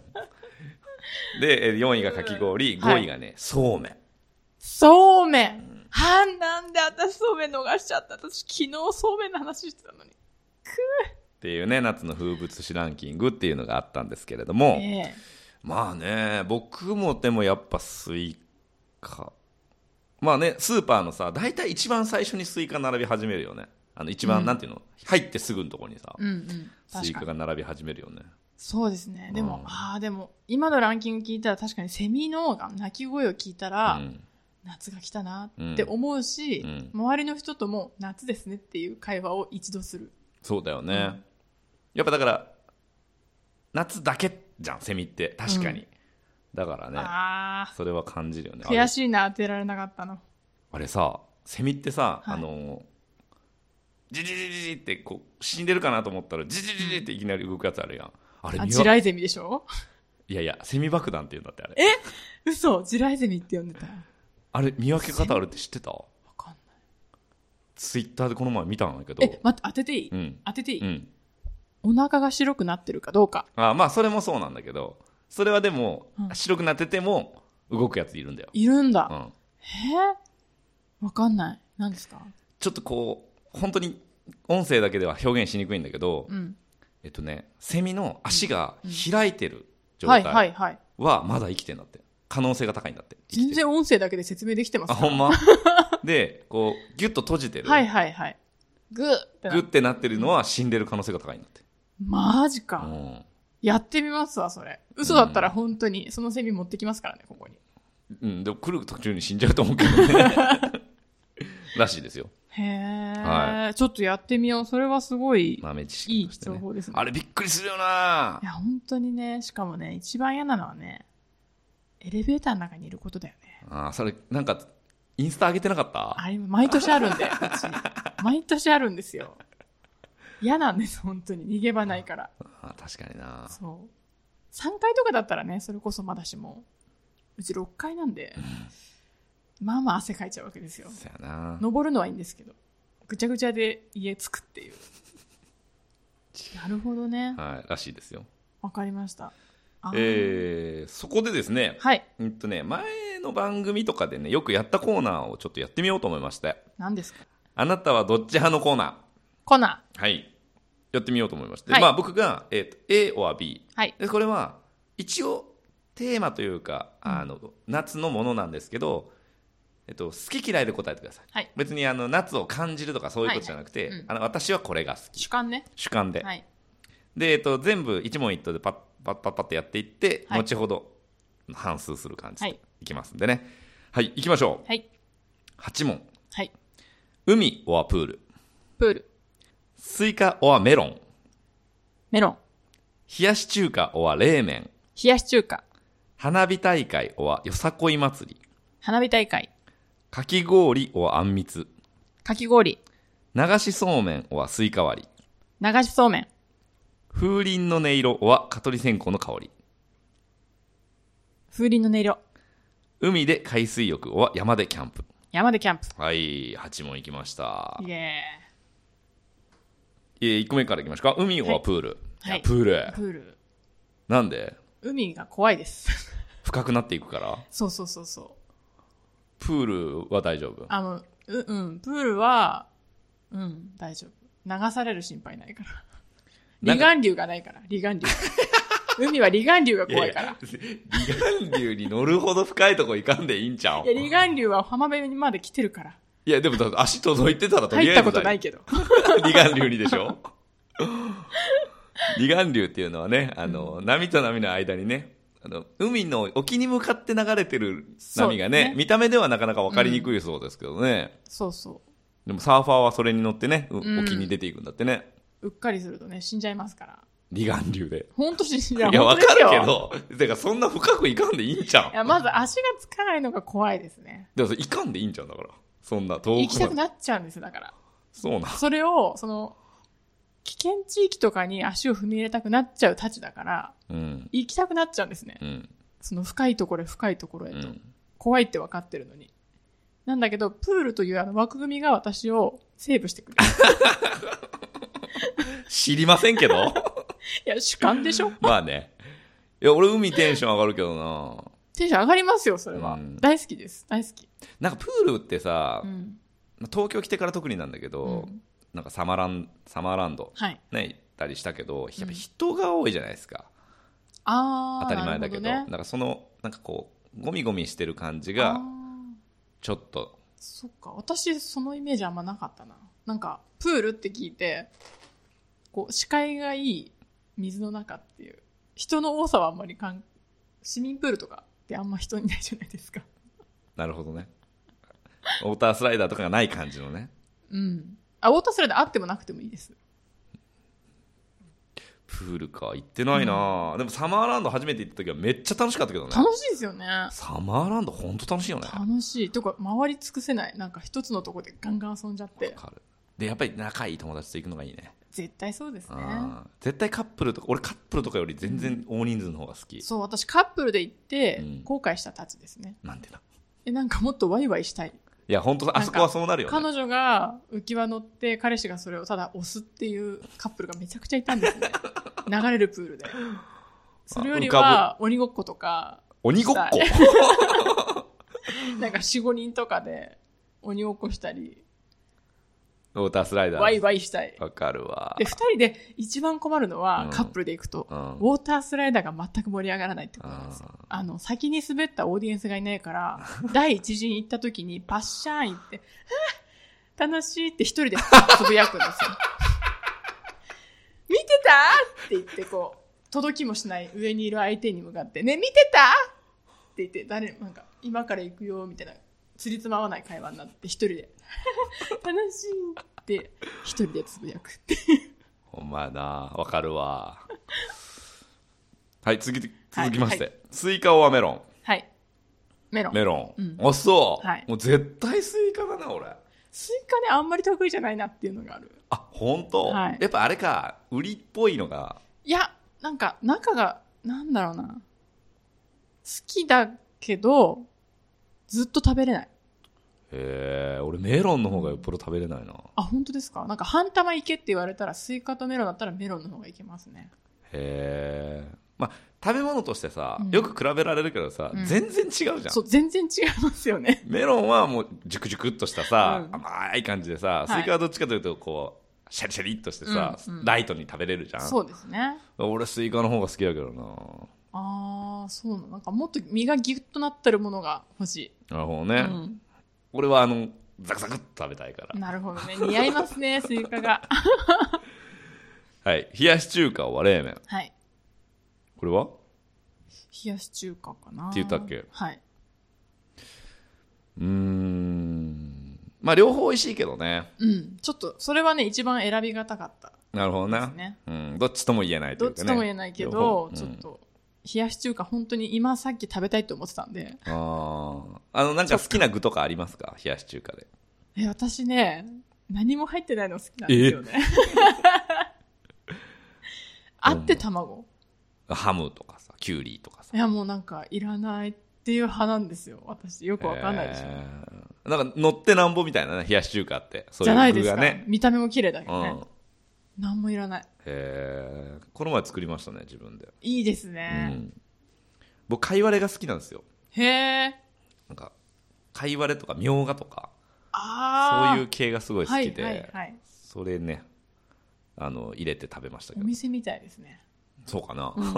[SPEAKER 1] で、4位がかき氷、
[SPEAKER 2] うんは
[SPEAKER 1] 5
[SPEAKER 2] い
[SPEAKER 1] 位がね、そうめん。
[SPEAKER 2] そうめん。はあ、なんで私そうめん逃しちゃった。私昨日そうめんの話してたのに。
[SPEAKER 1] っていうね夏の風物詩ランキングっていうのがあったんですけれども、
[SPEAKER 2] ええ
[SPEAKER 1] まあね僕もでもやっぱスイカまあねスーパーのさ大体一番最初にスイカ並び始めるよねあの一番、
[SPEAKER 2] うん
[SPEAKER 1] なんていうの入ってすぐのところにさ、
[SPEAKER 2] うんうん。
[SPEAKER 1] スイ
[SPEAKER 2] 確か
[SPEAKER 1] カ
[SPEAKER 2] に。
[SPEAKER 1] が並び始めるよね
[SPEAKER 2] そうですね。でも、
[SPEAKER 1] うん
[SPEAKER 2] ああ、でも、今のランキング聞いたら確かにセミのが鳴き声を聞いたら、
[SPEAKER 1] うん
[SPEAKER 2] 夏が来たなって思うし、
[SPEAKER 1] うん
[SPEAKER 2] 周りの人とも夏ですねっていう会話を一度する。
[SPEAKER 1] そうだよね、
[SPEAKER 2] うん
[SPEAKER 1] やっぱだから夏だけじゃんセミって確かに、だからね
[SPEAKER 2] ああ、
[SPEAKER 1] それは感じるよねあれ
[SPEAKER 2] 悔しいな、当てられなかったの。
[SPEAKER 1] あれさセミってさ、
[SPEAKER 2] は
[SPEAKER 1] あ
[SPEAKER 2] い
[SPEAKER 1] のジジジジジってこう死んでるかなと思ったらジジジジっていきなり動くやつあるやんあれ
[SPEAKER 2] あ、
[SPEAKER 1] 見
[SPEAKER 2] 地
[SPEAKER 1] わ
[SPEAKER 2] 雷ゼミでしょ
[SPEAKER 1] いやいやセミ爆弾って言うんだってあれ
[SPEAKER 2] え嘘、地雷ゼミって呼んでた。わ
[SPEAKER 1] あれ見分け方あるって知ってた
[SPEAKER 2] かんな
[SPEAKER 1] ツイッターでこの前見たんだけど
[SPEAKER 2] い。え、待って、当てていい、
[SPEAKER 1] うん
[SPEAKER 2] 当てていい、
[SPEAKER 1] うん
[SPEAKER 2] お腹が白くなってるかどうか。
[SPEAKER 1] あまあそれもそうなんだけどそれはでも、
[SPEAKER 2] うん
[SPEAKER 1] 白くなってても動くやついるんだよ、
[SPEAKER 2] いるん
[SPEAKER 1] う
[SPEAKER 2] だ。
[SPEAKER 1] ん、
[SPEAKER 2] へえわかんない。何ですか
[SPEAKER 1] ちょっとこう本当に音声だけでは表現しにくいんだけど、
[SPEAKER 2] うん。
[SPEAKER 1] えっとねセミの足が開いてる状
[SPEAKER 2] は
[SPEAKER 1] 態、
[SPEAKER 2] いはいはい。
[SPEAKER 1] はまだ生きてんだって可能性が高いんだって生きてる
[SPEAKER 2] 全然音声だけで説明できてます
[SPEAKER 1] あ
[SPEAKER 2] か
[SPEAKER 1] ほんま でこうギュッと閉じてる、
[SPEAKER 2] はいはいはい。グーっ
[SPEAKER 1] ギ
[SPEAKER 2] て
[SPEAKER 1] ュ
[SPEAKER 2] な
[SPEAKER 1] ッ。てなってるのは死んでる可能性が高いんだって、
[SPEAKER 2] マジ
[SPEAKER 1] う
[SPEAKER 2] か。
[SPEAKER 1] ん
[SPEAKER 2] やってみますわ、それ。嘘だったら本当に、そのセミ持ってきますからね、ここに。
[SPEAKER 1] うん、でも来る途中に死んじゃうと思うけど ねらしいですよ
[SPEAKER 2] へえ、
[SPEAKER 1] は
[SPEAKER 2] ちょっとやってみよう。それはすごい、
[SPEAKER 1] 豆知識
[SPEAKER 2] いい
[SPEAKER 1] として、
[SPEAKER 2] 情
[SPEAKER 1] ね、
[SPEAKER 2] 報ですね。
[SPEAKER 1] あれびっくりするよない
[SPEAKER 2] や、本当にね、しかもね、一番嫌なのはね、エレベーターの中にいることだよね。
[SPEAKER 1] あーそれなんかインスタ上げてなかった
[SPEAKER 2] あれ、毎年あるんで、うち。毎年あるんですよ。嫌なんです、本当に。逃げ場ないから。
[SPEAKER 1] あー確かにな
[SPEAKER 2] そう。3階とかだったらね、それこそまだしも、うち6階なんで、まあまあ汗かいちゃうわけですよ。
[SPEAKER 1] そやな
[SPEAKER 2] 登るのはいいんですけど、ぐちゃぐちゃで家着くっていう。なるほどね。
[SPEAKER 1] はいらしいですよ
[SPEAKER 2] わかりました。あー
[SPEAKER 1] えー、そこでですね
[SPEAKER 2] はい。
[SPEAKER 1] うんとね前の番組とかでねよくやったコーナーをちょっとやってみようと思いまして
[SPEAKER 2] 何ですか
[SPEAKER 1] あなたはどっち派のコーナ
[SPEAKER 2] コナ
[SPEAKER 1] ーはいやってみようと思いまして、
[SPEAKER 2] はい
[SPEAKER 1] まあ僕が、えーと A or B
[SPEAKER 2] ー。はい。
[SPEAKER 1] でこれは一応テーマというかあの、夏のものなんですけど、えっと、好き嫌いで答えてください、
[SPEAKER 2] はい
[SPEAKER 1] 別にあの夏を感じるとかそういうことじゃなくて、
[SPEAKER 2] はいはいうん
[SPEAKER 1] あの私はこれが好き
[SPEAKER 2] 主観ね。
[SPEAKER 1] 主観で、
[SPEAKER 2] はい。
[SPEAKER 1] で、えっと、全部一問一答でパッパッパッパッとやっていって、
[SPEAKER 2] はい
[SPEAKER 1] 後ほど反数する感じ
[SPEAKER 2] は
[SPEAKER 1] で
[SPEAKER 2] い
[SPEAKER 1] いきますんでねはい、い、きましょ
[SPEAKER 2] はい。
[SPEAKER 1] う8問
[SPEAKER 2] はい。
[SPEAKER 1] 海 or プール
[SPEAKER 2] プール。
[SPEAKER 1] スイカ or メロン
[SPEAKER 2] メロン。
[SPEAKER 1] 冷やし中華 or 冷麺
[SPEAKER 2] 冷やし中華。
[SPEAKER 1] 花火大会 or よさこい祭り
[SPEAKER 2] 花火大会。
[SPEAKER 1] かき氷 or あんみつ
[SPEAKER 2] かき氷。
[SPEAKER 1] 流しそうめんはスイカ割り
[SPEAKER 2] 流しそうめん。
[SPEAKER 1] 風鈴の音色は蚊取り線香の香り
[SPEAKER 2] 風鈴の音色。
[SPEAKER 1] 海で海水浴は山でキャンプ
[SPEAKER 2] 山でキャンプ。
[SPEAKER 1] はい8問いきました
[SPEAKER 2] イエ
[SPEAKER 1] えー、1個目からいきましょうか海はプール、
[SPEAKER 2] はいはい
[SPEAKER 1] やプール
[SPEAKER 2] ーイ。プール。
[SPEAKER 1] なんで
[SPEAKER 2] 海が怖いです。
[SPEAKER 1] 深くなっていくから
[SPEAKER 2] そうそうそうそう。
[SPEAKER 1] プールは大丈夫
[SPEAKER 2] あの、う、うん。プールは、うん、大丈夫。流される心配ないから。
[SPEAKER 1] なんか
[SPEAKER 2] 離岸流がないから、離 岸流。海は離離岸流が怖いから。
[SPEAKER 1] やや離岸流に乗るほど深いとこ行かんでいいんちゃう
[SPEAKER 2] いや、離岸流は浜辺まで来てるから。
[SPEAKER 1] いやでもだって足届いてたらとり
[SPEAKER 2] 入
[SPEAKER 1] あえ
[SPEAKER 2] っ
[SPEAKER 1] ず
[SPEAKER 2] たことないけど。
[SPEAKER 1] 離岸流にでしょ 離岸流っていうのはねあの、波と波の間にねあの海の沖に向かって流れてる波が
[SPEAKER 2] そ
[SPEAKER 1] ね
[SPEAKER 2] うね
[SPEAKER 1] 見た目ではなかなか分かりにくいそうですけどね、
[SPEAKER 2] そうそ
[SPEAKER 1] でもサーファーはそれに乗ってねう
[SPEAKER 2] うん
[SPEAKER 1] 沖に出ていくんだってね、
[SPEAKER 2] う。うっかりするとね、死んじ ゃいますから。
[SPEAKER 1] 離岸流で
[SPEAKER 2] ほんと死んじゃう。
[SPEAKER 1] いや
[SPEAKER 2] ほん
[SPEAKER 1] 分
[SPEAKER 2] とで
[SPEAKER 1] か
[SPEAKER 2] す
[SPEAKER 1] る
[SPEAKER 2] よ
[SPEAKER 1] け。どだからそんな深くいかんでいいんじゃん
[SPEAKER 2] いや、まず足がつかないのが怖いですね。
[SPEAKER 1] でもそれいかんでいいんじゃんだからそんな遠
[SPEAKER 2] 行き
[SPEAKER 1] く
[SPEAKER 2] た
[SPEAKER 1] ま
[SPEAKER 2] く
[SPEAKER 1] で
[SPEAKER 2] なっちゃうんですよだから。
[SPEAKER 1] そうなん
[SPEAKER 2] それを、その、危険地域とかに足を踏み入れたくなっちゃうたちだから、
[SPEAKER 1] うん
[SPEAKER 2] 行きたくなっちゃうんですね。
[SPEAKER 1] うん
[SPEAKER 2] その深いところへ深いところへ
[SPEAKER 1] う
[SPEAKER 2] と。
[SPEAKER 1] ん
[SPEAKER 2] 怖いって分かってるのに。なんだけど、プールというあの枠組みが私をセーブしてく れる。
[SPEAKER 1] 知りませんけど
[SPEAKER 2] いや、主観でしょ
[SPEAKER 1] まあねいや俺海テンション上がるけどな
[SPEAKER 2] テンション上がりますよ、それは。
[SPEAKER 1] うん
[SPEAKER 2] 大好きです。大好き。
[SPEAKER 1] なんかプールってさ、
[SPEAKER 2] うん。
[SPEAKER 1] 東京来てから特になんだけど、
[SPEAKER 2] うん
[SPEAKER 1] なんかサマランサマーランド、
[SPEAKER 2] はい。
[SPEAKER 1] ね、行ったりしたけどやっぱ人が多いじゃないですか、
[SPEAKER 2] ああ。
[SPEAKER 1] 当たり前だけど
[SPEAKER 2] なる
[SPEAKER 1] な
[SPEAKER 2] ほ
[SPEAKER 1] ん
[SPEAKER 2] ね、
[SPEAKER 1] かそのなんかこうゴミゴミしてる感じが
[SPEAKER 2] あー
[SPEAKER 1] ちょっと
[SPEAKER 2] そっか。私、そのイメージあんまなかったな。なんか、プールって聞いて、こう、視界がいい水の中っていう。人の多さはあんまりかん、市民プールとかってあんま人いないじゃないですか。
[SPEAKER 1] なるほどねウォータースライダーとかがない感じのね
[SPEAKER 2] うん。あ、ウォータースライダーあってもなくてもいいです。
[SPEAKER 1] プールか行ってないな、でもサマーランド初めて行った時はめっちゃ楽しかったけどね
[SPEAKER 2] 楽しいですよね。
[SPEAKER 1] サマーランドほんと楽しいよね
[SPEAKER 2] 楽しい。とか、回り尽くせない。なんか一つのとこでガンガン遊んじゃって。
[SPEAKER 1] わかるでやっぱり仲いい友達と行くのがいいね
[SPEAKER 2] 絶対そうですね。
[SPEAKER 1] うん絶対カップルとか俺カップルとかより全然大人数の方が好き、
[SPEAKER 2] そう、私カップルで行って
[SPEAKER 1] うん、
[SPEAKER 2] 後悔したたちですね。
[SPEAKER 1] なんでな
[SPEAKER 2] え、なんかもっとワイワイしたい。
[SPEAKER 1] いや本当あそこはそうなるよ
[SPEAKER 2] 彼
[SPEAKER 1] ね
[SPEAKER 2] 女が浮き輪乗って、彼氏がそれをただ押すっていうカップルがめちゃくちゃいたんです ね。流れるプールで。それよりは、鬼ごっことか、
[SPEAKER 1] 鬼ごっこ
[SPEAKER 2] なんか4、5人とかで鬼ごっ こしたり、
[SPEAKER 1] ウォータースライダー
[SPEAKER 2] ワイワイしたい。
[SPEAKER 1] わかるわ
[SPEAKER 2] で、2人で一番困るの
[SPEAKER 1] う
[SPEAKER 2] は
[SPEAKER 1] ん、
[SPEAKER 2] カップルで行くと、
[SPEAKER 1] う
[SPEAKER 2] ウ
[SPEAKER 1] ん
[SPEAKER 2] ォータースライダーが全く盛り上がらないってことなんですよ
[SPEAKER 1] あ。
[SPEAKER 2] あの、先に滑ったオーディエンスがいないから、第一陣行った時にパッシャーン行って、あー楽しいって一人でつぶやくんですよ。見てたって言ってこう、届きもしない上にいる相手に向かって、ね、見てたって言って、誰、なんか、今から行くよ、みたいな、つりつまわない会話になって、一人で、楽しいって、一人でつぶやくって。
[SPEAKER 1] ほんまやなわかる わはい続き続きまして、
[SPEAKER 2] は
[SPEAKER 1] スイカオアメロン
[SPEAKER 2] はい。メロン。
[SPEAKER 1] メロン、
[SPEAKER 2] うん
[SPEAKER 1] あそう、
[SPEAKER 2] はい
[SPEAKER 1] もう絶対スイカだな俺
[SPEAKER 2] スイカね、あんまり得意じゃないなっていうのがある。
[SPEAKER 1] あ本当、
[SPEAKER 2] はい
[SPEAKER 1] やっぱあれか売りっぽいのが
[SPEAKER 2] いや、なんか、中が、なんだろうな。好きだけど、ずっと食べれない。
[SPEAKER 1] へえ俺メロンの方がよっぽど食べれないな
[SPEAKER 2] あ、本当ですかなんか、半玉いけって言われたら、スイカとメロンだったらメロンの方がいけますね。
[SPEAKER 1] へえまあ、食べ物としてさ、
[SPEAKER 2] うん
[SPEAKER 1] よく比べられるけどさ、
[SPEAKER 2] うん
[SPEAKER 1] 全然違うじゃん
[SPEAKER 2] そう、全然違いますよね。
[SPEAKER 1] メロンはもうジュクジュクっとしたさ、
[SPEAKER 2] うん
[SPEAKER 1] 甘い感じでさスイカはどっちかというとこうシャリシャリっとしてさ、
[SPEAKER 2] うんうん
[SPEAKER 1] ライトに食べれるじゃん
[SPEAKER 2] そうですね。
[SPEAKER 1] 俺スイカの方が好きだけどな
[SPEAKER 2] ああ、そうなの。なんかもっと身がギュッとなってるものが欲し
[SPEAKER 1] なるほど
[SPEAKER 2] い。
[SPEAKER 1] ね、
[SPEAKER 2] うん。
[SPEAKER 1] 俺はあのザクザクっと食べたいから、
[SPEAKER 2] なるほどね。似合います ね、スイカが。
[SPEAKER 1] はい冷やし中華は冷麺
[SPEAKER 2] はい。
[SPEAKER 1] これは
[SPEAKER 2] 冷やし中華かな。って
[SPEAKER 1] 言ったっけ
[SPEAKER 2] はい。
[SPEAKER 1] うーんまあ両方美味しいけどね
[SPEAKER 2] うん。ちょっと、それはね、一番選びがたかった。
[SPEAKER 1] なるほどな
[SPEAKER 2] ですね
[SPEAKER 1] うん、どっちとも言えないとい
[SPEAKER 2] ど
[SPEAKER 1] う
[SPEAKER 2] っ
[SPEAKER 1] か、ね、
[SPEAKER 2] ちとも言えないけ
[SPEAKER 1] 両
[SPEAKER 2] ど
[SPEAKER 1] 方、
[SPEAKER 2] ちょっ
[SPEAKER 1] うん
[SPEAKER 2] と、冷やし中華本当に今さっき食べたいと思ってたんで。
[SPEAKER 1] あーあのなんか好きな具とかありますか冷やし中華で
[SPEAKER 2] え、私ね、何も入ってないの好きなんですよね。 あって卵。
[SPEAKER 1] ハムとかさキュウリとかさ
[SPEAKER 2] いや、もうなんか、いらないっていう派なんですよ。私、よくわかんないでしょ。
[SPEAKER 1] えーなんか乗ってなんぼみたいなね冷やし中華ってそう
[SPEAKER 2] じゃないいう
[SPEAKER 1] 具
[SPEAKER 2] です
[SPEAKER 1] が
[SPEAKER 2] か。
[SPEAKER 1] ね
[SPEAKER 2] 見た目も綺麗だけ
[SPEAKER 1] う
[SPEAKER 2] どね。
[SPEAKER 1] ん
[SPEAKER 2] 何もいらない。
[SPEAKER 1] えーこの前作りましたね自分で、
[SPEAKER 2] いいです
[SPEAKER 1] う
[SPEAKER 2] ね。
[SPEAKER 1] ん、僕貝割れが好きなんですよ
[SPEAKER 2] へえ。
[SPEAKER 1] なんか貝割れとかみょうがとか
[SPEAKER 2] ああ。
[SPEAKER 1] そういう系がすごい好きで、
[SPEAKER 2] はいはいはい。
[SPEAKER 1] それねあの入れて食べましたけ
[SPEAKER 2] お
[SPEAKER 1] ど
[SPEAKER 2] 店みたいですね。
[SPEAKER 1] そうかな、 分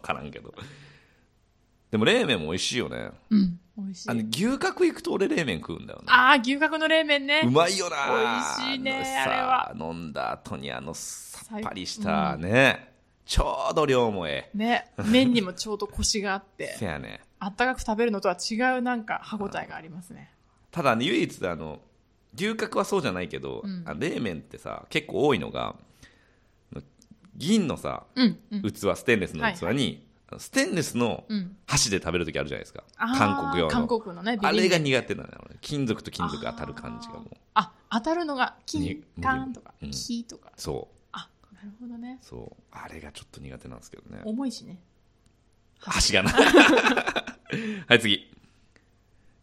[SPEAKER 1] からんけどでも冷麺も美味しいよね
[SPEAKER 2] うん。美味しい
[SPEAKER 1] あ。の牛角行くと俺冷麺食うんだよね
[SPEAKER 2] ああ、牛角の冷麺ね。
[SPEAKER 1] うまいよな
[SPEAKER 2] 美味しいね
[SPEAKER 1] のさ
[SPEAKER 2] あ
[SPEAKER 1] 飲んだ後にあのさっぱりしたね、ちょうど量もえ
[SPEAKER 2] ね。麺にもちょうどコシがあっ
[SPEAKER 1] え
[SPEAKER 2] て
[SPEAKER 1] せ。やね
[SPEAKER 2] あったかく食べるのとは違うなんか歯ごたえがありますね。
[SPEAKER 1] ただね唯一あの牛角はそうじゃないけど、
[SPEAKER 2] うん
[SPEAKER 1] あの冷麺ってさ結構多いのがあの銀のさ
[SPEAKER 2] うん。うん。
[SPEAKER 1] 器ステンレスの器に、
[SPEAKER 2] は
[SPEAKER 1] あのステンレスの
[SPEAKER 2] うん。
[SPEAKER 1] 箸で食べる時あるじゃないですか、
[SPEAKER 2] あー
[SPEAKER 1] 韓国用の
[SPEAKER 2] 韓国のね、ビビ
[SPEAKER 1] あ
[SPEAKER 2] ン麺
[SPEAKER 1] れが苦手なのよ俺金属と金属当たる感じがもう
[SPEAKER 2] あ、当たるのが金
[SPEAKER 1] に、無理
[SPEAKER 2] カーンとか
[SPEAKER 1] う、ん
[SPEAKER 2] キーとか。
[SPEAKER 1] そう
[SPEAKER 2] あ、なるほどね。
[SPEAKER 1] そうあれがちょっと苦手なんですけどね
[SPEAKER 2] 重いしね。
[SPEAKER 1] 箸がな。 はい、次。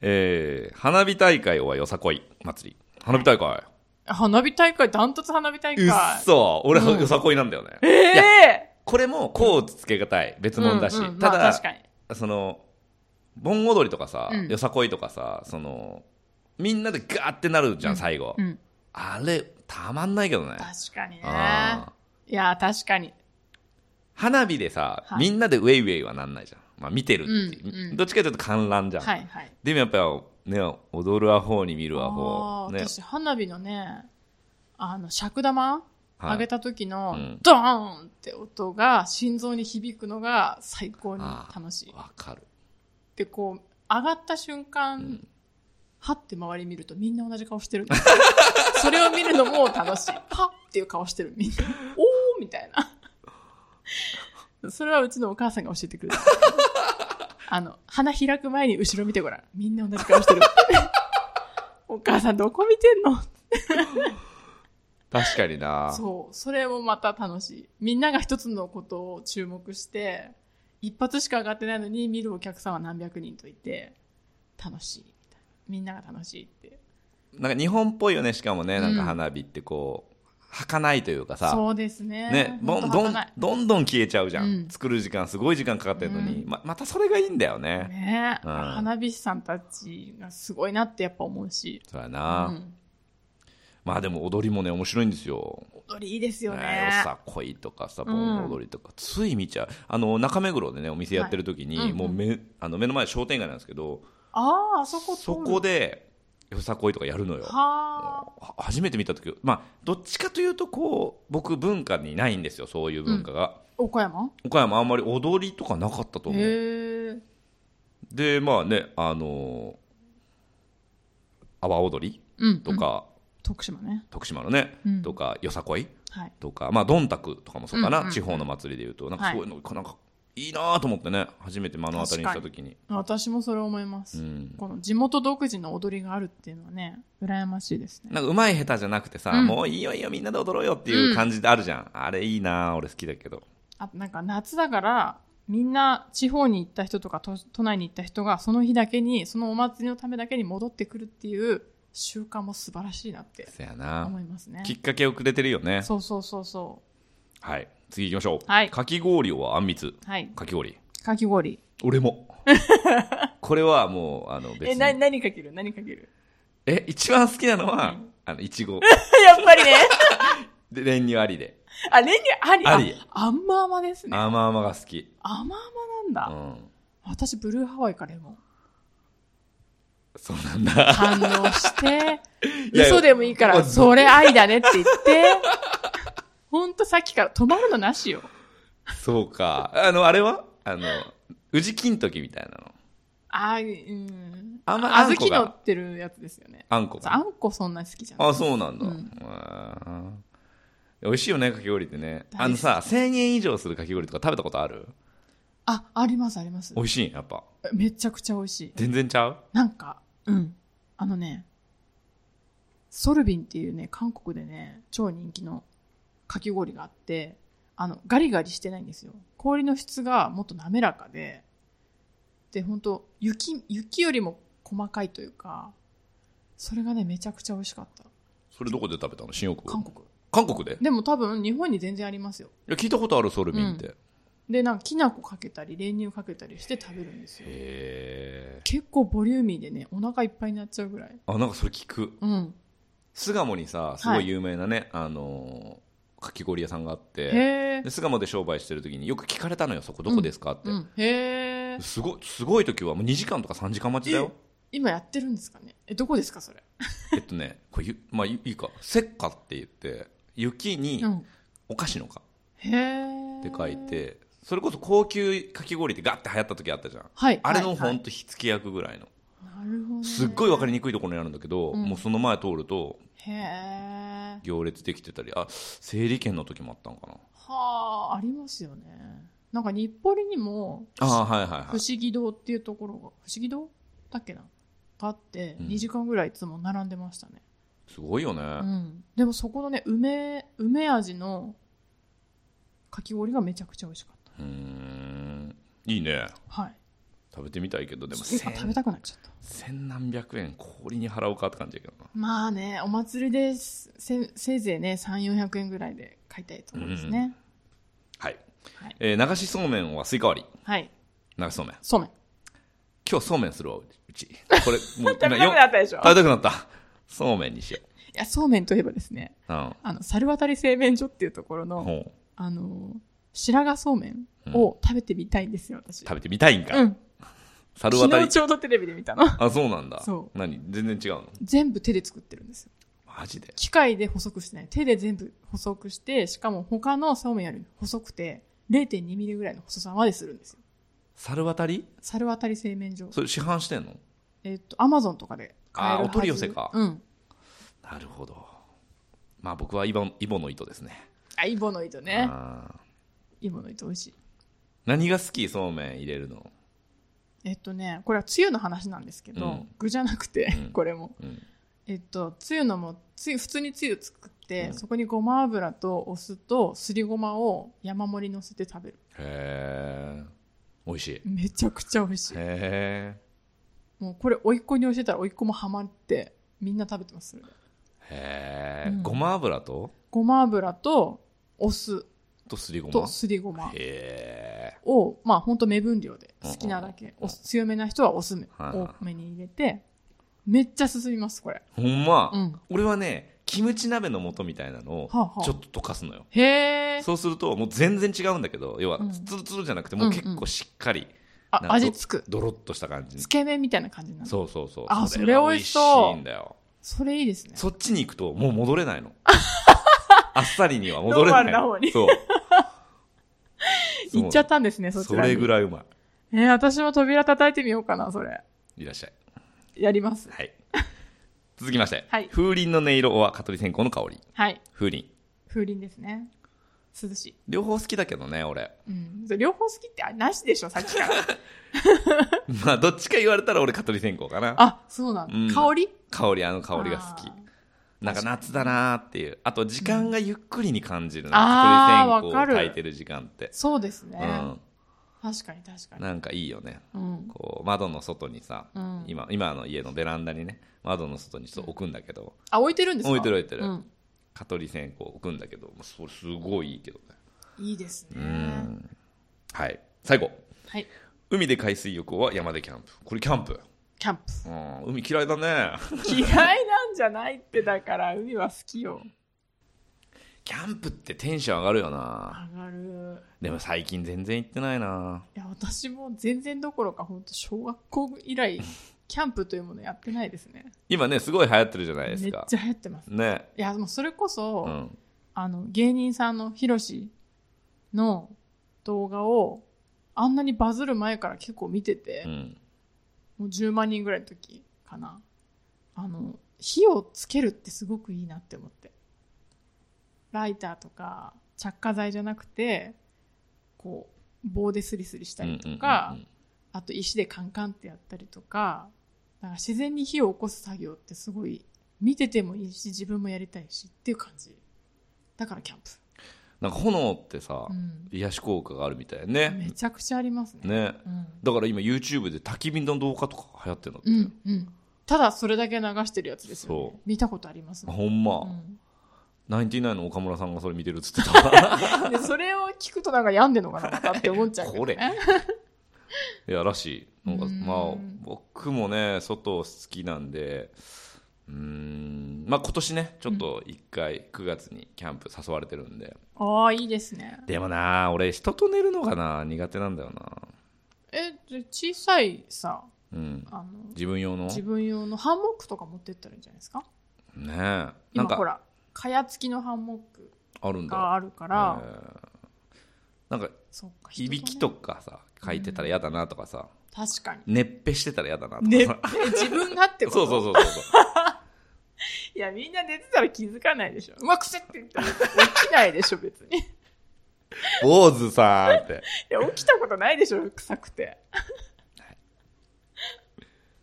[SPEAKER 1] えー、花火大会はよさこい祭り。花火大会。
[SPEAKER 2] 花火大会、ダントツ花火大
[SPEAKER 1] う
[SPEAKER 2] 会。
[SPEAKER 1] っそ俺は
[SPEAKER 2] うん
[SPEAKER 1] よさこいなんだよね。
[SPEAKER 2] え
[SPEAKER 1] いや、
[SPEAKER 2] え
[SPEAKER 1] これもこうつけがたい。別物だし
[SPEAKER 2] うんうん。
[SPEAKER 1] た
[SPEAKER 2] まあ
[SPEAKER 1] だ
[SPEAKER 2] 確、かに。
[SPEAKER 1] その、盆踊りとかさ
[SPEAKER 2] う、ん
[SPEAKER 1] よさこいとかさ、その、みんなでガーってなるじゃん、最後
[SPEAKER 2] う。ん。
[SPEAKER 1] あれ、たまんないけどね。
[SPEAKER 2] 確かにね
[SPEAKER 1] あ。ー
[SPEAKER 2] いや、確かに。
[SPEAKER 1] 花火でさ、
[SPEAKER 2] はい
[SPEAKER 1] みんなでウェイウェイはなんないじゃん。まあ見てるっていう
[SPEAKER 2] うんうん
[SPEAKER 1] どっちかというと観覧じゃん。
[SPEAKER 2] はいはい。
[SPEAKER 1] でもやっぱね、踊るアホに見るア
[SPEAKER 2] あ
[SPEAKER 1] ホ。
[SPEAKER 2] ー
[SPEAKER 1] ね。
[SPEAKER 2] 私、花火のね、あの、尺玉
[SPEAKER 1] はい
[SPEAKER 2] 上げた時の、
[SPEAKER 1] うん
[SPEAKER 2] ドーンって音が心臓に響くのが最高に楽しい。
[SPEAKER 1] わかる。
[SPEAKER 2] で、こう、上がった瞬間、
[SPEAKER 1] ん
[SPEAKER 2] はって周り見るとみんな同じ顔し てるんですよそれを見るのも楽しい。はっていう顔してる みんな。おーみたいな。それはうちのお母さんが教えてくれ た。あの、鼻開く前に後ろ見てごらん。みんな同じ顔し てる。お母さんどこ見てんの
[SPEAKER 1] 確かにな。
[SPEAKER 2] そう、それもまた楽しい。みんなが一つのことを注目して、一発しか上がってないのに見るお客さんは何百人といて、楽しいみたいな。みんなが楽しいって。
[SPEAKER 1] なんか日本っぽいよね、しかもね、
[SPEAKER 2] ん
[SPEAKER 1] なんか花火ってこう、儚いというかさ、
[SPEAKER 2] そうですね。
[SPEAKER 1] ね、
[SPEAKER 2] ほ
[SPEAKER 1] どん
[SPEAKER 2] と
[SPEAKER 1] どん
[SPEAKER 2] 儚い、
[SPEAKER 1] どんどん消えちゃうじゃ。
[SPEAKER 2] うんん
[SPEAKER 1] 作る時間すごい時間かかってるのに、
[SPEAKER 2] うん
[SPEAKER 1] ま、またそれがいいんだよね。
[SPEAKER 2] ね、
[SPEAKER 1] うん
[SPEAKER 2] 花火師さんたちがすごいなってやっぱ思うし、
[SPEAKER 1] そうや
[SPEAKER 2] う
[SPEAKER 1] な。
[SPEAKER 2] ん、
[SPEAKER 1] まあでも踊りもね、面白いんですよ。
[SPEAKER 2] 踊りいいですよね
[SPEAKER 1] ねよさこいとかさ盆踊りとか、つい見ちゃうあの中目黒でねお店やってる時に、
[SPEAKER 2] はいうんうん
[SPEAKER 1] もうめあの目の前商店街なんですけど
[SPEAKER 2] あああそこ通る
[SPEAKER 1] そこでよさこいとかやるのよ
[SPEAKER 2] はあ
[SPEAKER 1] は初めて見た時まあどっちかというとこう僕文化にないんですよそういう文化が、
[SPEAKER 2] 岡山
[SPEAKER 1] 岡山あんまり踊りとかなかったと思う
[SPEAKER 2] へえ
[SPEAKER 1] でまあねあの阿波踊り
[SPEAKER 2] うん
[SPEAKER 1] と
[SPEAKER 2] うん
[SPEAKER 1] か、
[SPEAKER 2] 徳島ね
[SPEAKER 1] 徳島のね、
[SPEAKER 2] うん
[SPEAKER 1] とかよさこい
[SPEAKER 2] はい
[SPEAKER 1] とか、まあ、どんたくとかもそうかな、
[SPEAKER 2] うんうんうん
[SPEAKER 1] 地方の祭りでいうと、なんかそういうの、なんかいいなと思ってね、初めて目の当たりにしたときに。
[SPEAKER 2] 私もそれ思いま
[SPEAKER 1] う
[SPEAKER 2] す、
[SPEAKER 1] ん
[SPEAKER 2] この地元独自の踊りがあるっていうのはね羨ましいですね
[SPEAKER 1] なんかうまい下手じゃなくてさ、
[SPEAKER 2] うん
[SPEAKER 1] もういいよいいよみんなで踊ろうよっていう感じであるじゃん、あれいいな俺好きだけど
[SPEAKER 2] あとなんか夏だからみんな地方に行った人とか都都内に行った人がその日だけにそのお祭りのためだけに戻ってくるっていう習慣も素晴らしいなって
[SPEAKER 1] そやな、
[SPEAKER 2] 思いますね
[SPEAKER 1] きっかけをくれてるよね
[SPEAKER 2] そうそうそうそ
[SPEAKER 1] はい次行きましょう。
[SPEAKER 2] はい
[SPEAKER 1] かき氷はあんみつ。
[SPEAKER 2] はい。
[SPEAKER 1] かき氷。
[SPEAKER 2] かき氷。
[SPEAKER 1] 俺 も。これはもう、あの、別
[SPEAKER 2] え、な、
[SPEAKER 1] に。
[SPEAKER 2] 何かける何かける
[SPEAKER 1] え、一番好きなのは、あの、いちご。
[SPEAKER 2] やっぱりね。
[SPEAKER 1] で、練乳ありで。
[SPEAKER 2] あ、練乳あり。
[SPEAKER 1] あり
[SPEAKER 2] あ甘々ですね。
[SPEAKER 1] 甘々が好き。
[SPEAKER 2] 甘々なん
[SPEAKER 1] う
[SPEAKER 2] だ。
[SPEAKER 1] ん。
[SPEAKER 2] 私、ブルーハワイかレモン。
[SPEAKER 1] そうなんだ。
[SPEAKER 2] 反応して、
[SPEAKER 1] いや
[SPEAKER 2] 嘘でもいいか
[SPEAKER 1] もう
[SPEAKER 2] ら、それ愛だねって言って、 ほんとさっきから止まるのなしよ。
[SPEAKER 1] そうか。あの、あれはあの、宇治金時みたいなの。
[SPEAKER 2] あーうん。
[SPEAKER 1] あんま
[SPEAKER 2] あず
[SPEAKER 1] あんこ
[SPEAKER 2] き
[SPEAKER 1] が
[SPEAKER 2] 乗ってるやつですよね。
[SPEAKER 1] あんこ
[SPEAKER 2] そうあんこそんなに好きじゃない。
[SPEAKER 1] あ、そうなんだ。
[SPEAKER 2] うん
[SPEAKER 1] うん美味しいよね、かき氷ってね。
[SPEAKER 2] 大好き
[SPEAKER 1] あのさ、1000円以上するかき氷とか食べたことある
[SPEAKER 2] あ、ありますあります
[SPEAKER 1] 美。味しいんやっぱ。
[SPEAKER 2] めちゃくちゃ美味しい。
[SPEAKER 1] 全然ちゃう
[SPEAKER 2] なんか、うん。あのね、ソルビンっていうね、韓国でね、超人気のかき氷があって、あの、ガリガリしてないんですよ。氷の質がもっと滑らかで、で、本当雪、雪よりも細かいというか、それがね、めちゃくちゃ美味しかった。
[SPEAKER 1] それどこで食べたの新大久保
[SPEAKER 2] 韓国。
[SPEAKER 1] 韓国でい
[SPEAKER 2] でも多分、日本に全然ありますよ。
[SPEAKER 1] や聞いたことあるソルミンって、へ
[SPEAKER 2] で、なんか、きな粉かけたり、練乳かけたりして食べるんですよ。
[SPEAKER 1] え
[SPEAKER 2] 結構ボリューミーでね、お腹いっぱいになっちゃうぐらい。
[SPEAKER 1] あなんかそれ聞く
[SPEAKER 2] うん。
[SPEAKER 1] 巣鴨にさすごい有名なね、あのーかき氷屋さんがあっ
[SPEAKER 2] へ
[SPEAKER 1] て
[SPEAKER 2] え
[SPEAKER 1] で。巣鴨で商売してる時によく聞かれたのよそこどこですかって、
[SPEAKER 2] うん。へえ。
[SPEAKER 1] すごすごい時はもう2時間とか3時間待ちだよ
[SPEAKER 2] 今やってるんですかねえ、どこですかそれ。
[SPEAKER 1] えっとねこれゆまあいいいか「せっか」って言って雪に
[SPEAKER 2] ん。
[SPEAKER 1] お菓子のか
[SPEAKER 2] へえ。
[SPEAKER 1] って書い。てそれこそ高級かき氷ってガッて流行った時あったじゃん
[SPEAKER 2] はい。
[SPEAKER 1] あれの
[SPEAKER 2] はいは
[SPEAKER 1] ほ
[SPEAKER 2] い
[SPEAKER 1] んと火付け役ぐらいの
[SPEAKER 2] なるほどね。
[SPEAKER 1] すっごい分かりにくいところにあるんだけど、
[SPEAKER 2] うん
[SPEAKER 1] もうその前通ると
[SPEAKER 2] へえ。
[SPEAKER 1] 行列できてたりあ整理券の時もあったのかな
[SPEAKER 2] はあ、ありますよね。なんか日暮里にも、
[SPEAKER 1] ああはいはい
[SPEAKER 2] 不
[SPEAKER 1] はい
[SPEAKER 2] 思議堂っていうところが、不思議堂だっけながあって、
[SPEAKER 1] うん
[SPEAKER 2] 2時間ぐらいいつも並んでましたね。
[SPEAKER 1] すごいよね、
[SPEAKER 2] うん。でもそこのね、梅、梅味のかき氷がめちゃくちゃ美味しかっ
[SPEAKER 1] うーんいいね
[SPEAKER 2] た。はい。
[SPEAKER 1] 食べてみたいけどでも
[SPEAKER 2] それ今食
[SPEAKER 1] 千
[SPEAKER 2] べたくなっちゃった。
[SPEAKER 1] 千何百円氷に払うかって感じやけどな
[SPEAKER 2] まあね、お祭りです。せせいぜいね、3、400円ぐらいで買いたいところですね。
[SPEAKER 1] はい、
[SPEAKER 2] はい
[SPEAKER 1] えー流しそうめんはスイカ割り
[SPEAKER 2] はい。
[SPEAKER 1] 流しそうめん
[SPEAKER 2] そうめん。
[SPEAKER 1] 今日そうめんするわうちこれ もう
[SPEAKER 2] 食べたくな
[SPEAKER 1] よ
[SPEAKER 2] ったでしょ
[SPEAKER 1] 食べたくなったそうめんにしよ
[SPEAKER 2] いや、そうめんといえばですね、
[SPEAKER 1] ううん
[SPEAKER 2] あの、猿渡製麺所っていうところの、
[SPEAKER 1] ほう
[SPEAKER 2] あの、白髪そうめんを食べてみたいんですよ、私。
[SPEAKER 1] 食べてみたいんか、
[SPEAKER 2] うん。
[SPEAKER 1] 猿
[SPEAKER 2] 昨
[SPEAKER 1] 渡
[SPEAKER 2] 日
[SPEAKER 1] り
[SPEAKER 2] ちょうどテレビで見たの。
[SPEAKER 1] あそうなんだ
[SPEAKER 2] そう
[SPEAKER 1] 何全然違うの
[SPEAKER 2] 全部手で作ってるんですよ。
[SPEAKER 1] マジで
[SPEAKER 2] 機械で細くしてない。手で全部細くして、しかも他のそうめんより細くて、0.2ミリぐらいの細さまでするんですよ。
[SPEAKER 1] 猿渡り
[SPEAKER 2] 猿渡り製麺所。
[SPEAKER 1] それ市販してんの
[SPEAKER 2] えっ、と、アマゾンとかで買えるはず。
[SPEAKER 1] あーお取り寄せか
[SPEAKER 2] うん。
[SPEAKER 1] なるほどまあ僕はイボイボの糸ですね
[SPEAKER 2] あ、イボの糸ね。
[SPEAKER 1] あー
[SPEAKER 2] イボの糸美味しい。
[SPEAKER 1] 何が好きそうめん入れるの
[SPEAKER 2] えっとね、これはつゆの話なんですけど、
[SPEAKER 1] うん
[SPEAKER 2] 具じゃなくて、
[SPEAKER 1] うん
[SPEAKER 2] これも。
[SPEAKER 1] うん
[SPEAKER 2] えっと、つゆのも、つゆ、普通につゆ作って、
[SPEAKER 1] うん
[SPEAKER 2] そこにごま油とお酢とすりごまを山盛り乗せて食べる。
[SPEAKER 1] へえ美味しいへ
[SPEAKER 2] めちゃくちゃ美味しい。
[SPEAKER 1] え
[SPEAKER 2] もうこれ、甥いっ子に教えたら甥いっ子もハマって、みんな食べてます。それで
[SPEAKER 1] へえ、
[SPEAKER 2] うん
[SPEAKER 1] ごま油と
[SPEAKER 2] ごま油とお酢
[SPEAKER 1] とすりご
[SPEAKER 2] と
[SPEAKER 1] ます
[SPEAKER 2] りごま
[SPEAKER 1] へえ
[SPEAKER 2] を、まあほんと目分量で
[SPEAKER 1] うん
[SPEAKER 2] 好きなだけ、
[SPEAKER 1] うん
[SPEAKER 2] お強めな人はお酢め、
[SPEAKER 1] はいはい
[SPEAKER 2] 多めに入れて、めっちゃ進みます、これ。
[SPEAKER 1] ほんま、
[SPEAKER 2] うん。は
[SPEAKER 1] 俺はねキムチ鍋の素みたいなのを
[SPEAKER 2] あ、はあ、
[SPEAKER 1] ちょっと溶かすのよ
[SPEAKER 2] へえ。
[SPEAKER 1] そうするともう全然違うんだけど要は
[SPEAKER 2] うん
[SPEAKER 1] ツルツルじゃなくてもう結構しっかり
[SPEAKER 2] あ
[SPEAKER 1] なん、か
[SPEAKER 2] 味つく。
[SPEAKER 1] ドロッとした感じに
[SPEAKER 2] つけ麺みたいな感じになる。
[SPEAKER 1] そうそうそう
[SPEAKER 2] あ
[SPEAKER 1] が
[SPEAKER 2] それ美味しそう
[SPEAKER 1] 美味しいんだよ
[SPEAKER 2] それいいですね。
[SPEAKER 1] そっちに行くともう戻れない のあっさりには戻れ
[SPEAKER 2] ノ
[SPEAKER 1] な
[SPEAKER 2] ーマル
[SPEAKER 1] い
[SPEAKER 2] な方に
[SPEAKER 1] そう
[SPEAKER 2] 行っちゃったんですね、
[SPEAKER 1] そ
[SPEAKER 2] そち
[SPEAKER 1] う
[SPEAKER 2] ら
[SPEAKER 1] そ
[SPEAKER 2] に。
[SPEAKER 1] れぐらいうま
[SPEAKER 2] えー私も扉叩いてみようかな、それ。
[SPEAKER 1] いいらっしゃい
[SPEAKER 2] やります。
[SPEAKER 1] はい続きまして、
[SPEAKER 2] はい
[SPEAKER 1] 風鈴の音色は蚊取り線香の香り
[SPEAKER 2] はい。
[SPEAKER 1] 風鈴
[SPEAKER 2] 風鈴ですね。涼しい。
[SPEAKER 1] 両方好きだけどね俺
[SPEAKER 2] うん。それ両方好きって、あ、なしでしょ、さっきから。
[SPEAKER 1] まあどっちか言われたら俺蚊取り線香かな
[SPEAKER 2] あ、そうなんだ。
[SPEAKER 1] うん
[SPEAKER 2] 香り
[SPEAKER 1] 香りあの香りが好き
[SPEAKER 2] あ
[SPEAKER 1] なんか夏だなーっていうあと時間がゆっくりに感じる
[SPEAKER 2] あ
[SPEAKER 1] な、蚊取り線
[SPEAKER 2] ーわ
[SPEAKER 1] 香
[SPEAKER 2] か
[SPEAKER 1] を
[SPEAKER 2] る
[SPEAKER 1] 炊いてる時間って、
[SPEAKER 2] そうですね。
[SPEAKER 1] うん
[SPEAKER 2] 確かに確かに。
[SPEAKER 1] なんかいいよね
[SPEAKER 2] うん。
[SPEAKER 1] こう窓の外にさ、
[SPEAKER 2] うん
[SPEAKER 1] 今今の家のベランダにね窓の外にちょっと置くんだけど
[SPEAKER 2] あ、置いてるんですか
[SPEAKER 1] 置いてる置いてる
[SPEAKER 2] うん
[SPEAKER 1] 蚊取り線香置くんだけどもうそれすごいいいけどね
[SPEAKER 2] いいですね
[SPEAKER 1] う。んはい最後
[SPEAKER 2] はい。
[SPEAKER 1] 海で海水浴は山でキャンプこれキャンプ、
[SPEAKER 2] キャンプ。
[SPEAKER 1] うん、海嫌いだね
[SPEAKER 2] 嫌いなんじゃないって、だから、海は好きよ。
[SPEAKER 1] キャンプってテンション上がるよな
[SPEAKER 2] 上がる。
[SPEAKER 1] でも最近全然行ってないない
[SPEAKER 2] や、私も全然どころか、本当小学校以来、キャンプというものやってないですね。
[SPEAKER 1] 今ねすごい流行ってるじゃないで
[SPEAKER 2] めっ
[SPEAKER 1] すか
[SPEAKER 2] ちゃ流行ってます。
[SPEAKER 1] ね
[SPEAKER 2] いや、でもそれこそ、
[SPEAKER 1] うん
[SPEAKER 2] あの、芸人さんのヒロシの動画を、あんなにバズる前から結構見てて、
[SPEAKER 1] うん
[SPEAKER 2] もう10万人ぐらいの時かな。あの、火をつけるってすごくいいなって思って。ライターとか着火剤じゃなくて、こう、棒でスリスリしたりとか、
[SPEAKER 1] うんうんうんうん
[SPEAKER 2] あと石でカンカンってやったりとか、なんか自然に火を起こす作業ってすごい見ててもいいし、自分もやりたいしっていう感じ。だからキャンプ。
[SPEAKER 1] なんか炎ってさ、
[SPEAKER 2] うん、
[SPEAKER 1] 癒し効果があるみたいね
[SPEAKER 2] めちゃくちゃありますね。
[SPEAKER 1] ね
[SPEAKER 2] うん
[SPEAKER 1] だから今 YouTube で焚き火の動画とか流行ってるのって、
[SPEAKER 2] うんうん、ただそれだけ流してるやつですよ、ね
[SPEAKER 1] そ。
[SPEAKER 2] 見たことあります
[SPEAKER 1] あ
[SPEAKER 2] もん
[SPEAKER 1] ほんま、
[SPEAKER 2] う
[SPEAKER 1] ナインティナインの岡村さんがそれ見てるっつってた
[SPEAKER 2] ん、でそれを聞くとなんか病んでんのかなまたって思っちゃうけど、
[SPEAKER 1] これ
[SPEAKER 2] ね、
[SPEAKER 1] いやらしいなんか
[SPEAKER 2] うん
[SPEAKER 1] まあ僕もね外好きなんでうーんまあ今年ねちょっと1回9月にキャンプ誘われてるんで、
[SPEAKER 2] ああいいですね
[SPEAKER 1] でもな俺人と寝るのがな苦手なんだよな
[SPEAKER 2] えで小さいさ
[SPEAKER 1] うん
[SPEAKER 2] あの
[SPEAKER 1] 自分用の
[SPEAKER 2] 自分用のハンモックとか持ってったらいいんじゃないですか
[SPEAKER 1] ねえなん
[SPEAKER 2] 今ほ
[SPEAKER 1] から
[SPEAKER 2] かや付きのハンモック
[SPEAKER 1] あるんだ
[SPEAKER 2] があるから、
[SPEAKER 1] えーなんか
[SPEAKER 2] そっか
[SPEAKER 1] 響き
[SPEAKER 2] 人
[SPEAKER 1] と
[SPEAKER 2] ね
[SPEAKER 1] かさ書いてたら嫌だなとかさ、
[SPEAKER 2] 確かに
[SPEAKER 1] 熱ぺしてたら嫌だなとかさ、
[SPEAKER 2] ね自分がってこ
[SPEAKER 1] そ
[SPEAKER 2] と
[SPEAKER 1] うそうそうそうそう
[SPEAKER 2] いやみんな寝てたら気づかないでしょうまくせって言ったら起きないでしょ別にい
[SPEAKER 1] 坊主さんって
[SPEAKER 2] や起きたことないでしょ臭くて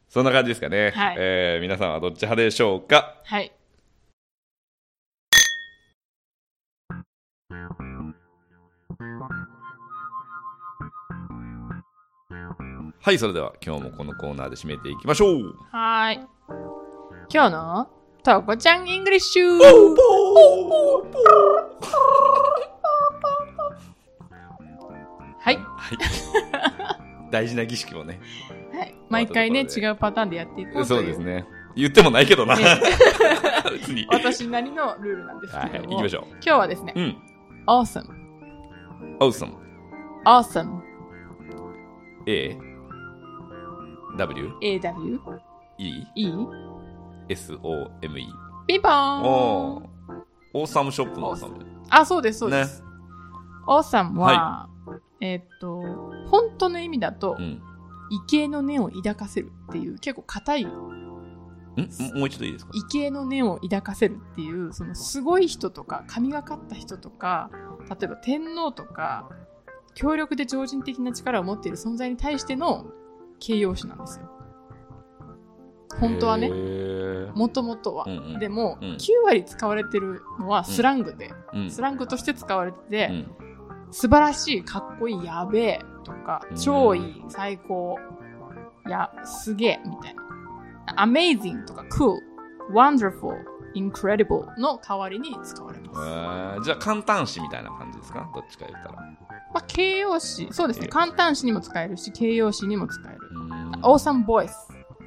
[SPEAKER 1] そんな感じですかね、
[SPEAKER 2] はい
[SPEAKER 1] えー皆さんはどっち派でしょうか
[SPEAKER 2] はい
[SPEAKER 1] はいそれでは今日もこのコーナーで締めていきましょう
[SPEAKER 2] はーい。今日のとこちゃんイングリッシュはい。
[SPEAKER 1] はい 大事な儀式をね
[SPEAKER 2] はい。毎回
[SPEAKER 1] と
[SPEAKER 2] ね、
[SPEAKER 1] いうこと
[SPEAKER 2] 違
[SPEAKER 1] で
[SPEAKER 2] うパターンでやっていこうとい
[SPEAKER 1] そう
[SPEAKER 2] う。
[SPEAKER 1] ですね言ってもないけどな
[SPEAKER 2] ね
[SPEAKER 1] 別には
[SPEAKER 2] 私なりのルールなんですけ
[SPEAKER 1] い
[SPEAKER 2] ど
[SPEAKER 1] 行
[SPEAKER 2] も。
[SPEAKER 1] きましょ
[SPEAKER 2] 今日はですね
[SPEAKER 1] うう、ん
[SPEAKER 2] awesome,
[SPEAKER 1] アウソン
[SPEAKER 2] awesome,
[SPEAKER 1] A W
[SPEAKER 2] aw,
[SPEAKER 1] E
[SPEAKER 2] e,
[SPEAKER 1] S O M E
[SPEAKER 2] ピンポーン
[SPEAKER 1] おーオーサムショップのオーサム
[SPEAKER 2] あ、そうです、そうで
[SPEAKER 1] ね
[SPEAKER 2] す。awesome は、えーっと、本当の意味だと
[SPEAKER 1] う、ん
[SPEAKER 2] 畏敬の念を抱かせるっていう、結構硬い
[SPEAKER 1] んももう一度いいですか
[SPEAKER 2] 畏敬の念を抱かせるっていうそのすごい人とか神がかった人とか例えば天皇とか強力で常人的な力を持っている存在に対しての形容詞なんですよ。本当は
[SPEAKER 1] へ
[SPEAKER 2] ね
[SPEAKER 1] ー
[SPEAKER 2] もともとは、
[SPEAKER 1] うんうん
[SPEAKER 2] でも、
[SPEAKER 1] うん
[SPEAKER 2] 9割使われてるのはスラングで、
[SPEAKER 1] うん
[SPEAKER 2] スラングとして使われて
[SPEAKER 1] う
[SPEAKER 2] て、
[SPEAKER 1] ん
[SPEAKER 2] 素晴らしいかっこいいやべえとか
[SPEAKER 1] うん
[SPEAKER 2] 超いい最高やすげえみたいな Amazing とか Cool Wonderful Incredible の代わりに使われます、ま
[SPEAKER 1] えーじゃあ簡単詞みたいな感じですかどっちか言ったら
[SPEAKER 2] あ、形容詞そうですね
[SPEAKER 1] 形容詞
[SPEAKER 2] 簡単詞にも使えるし形容詞にも使える
[SPEAKER 1] うーん
[SPEAKER 2] Awesome voice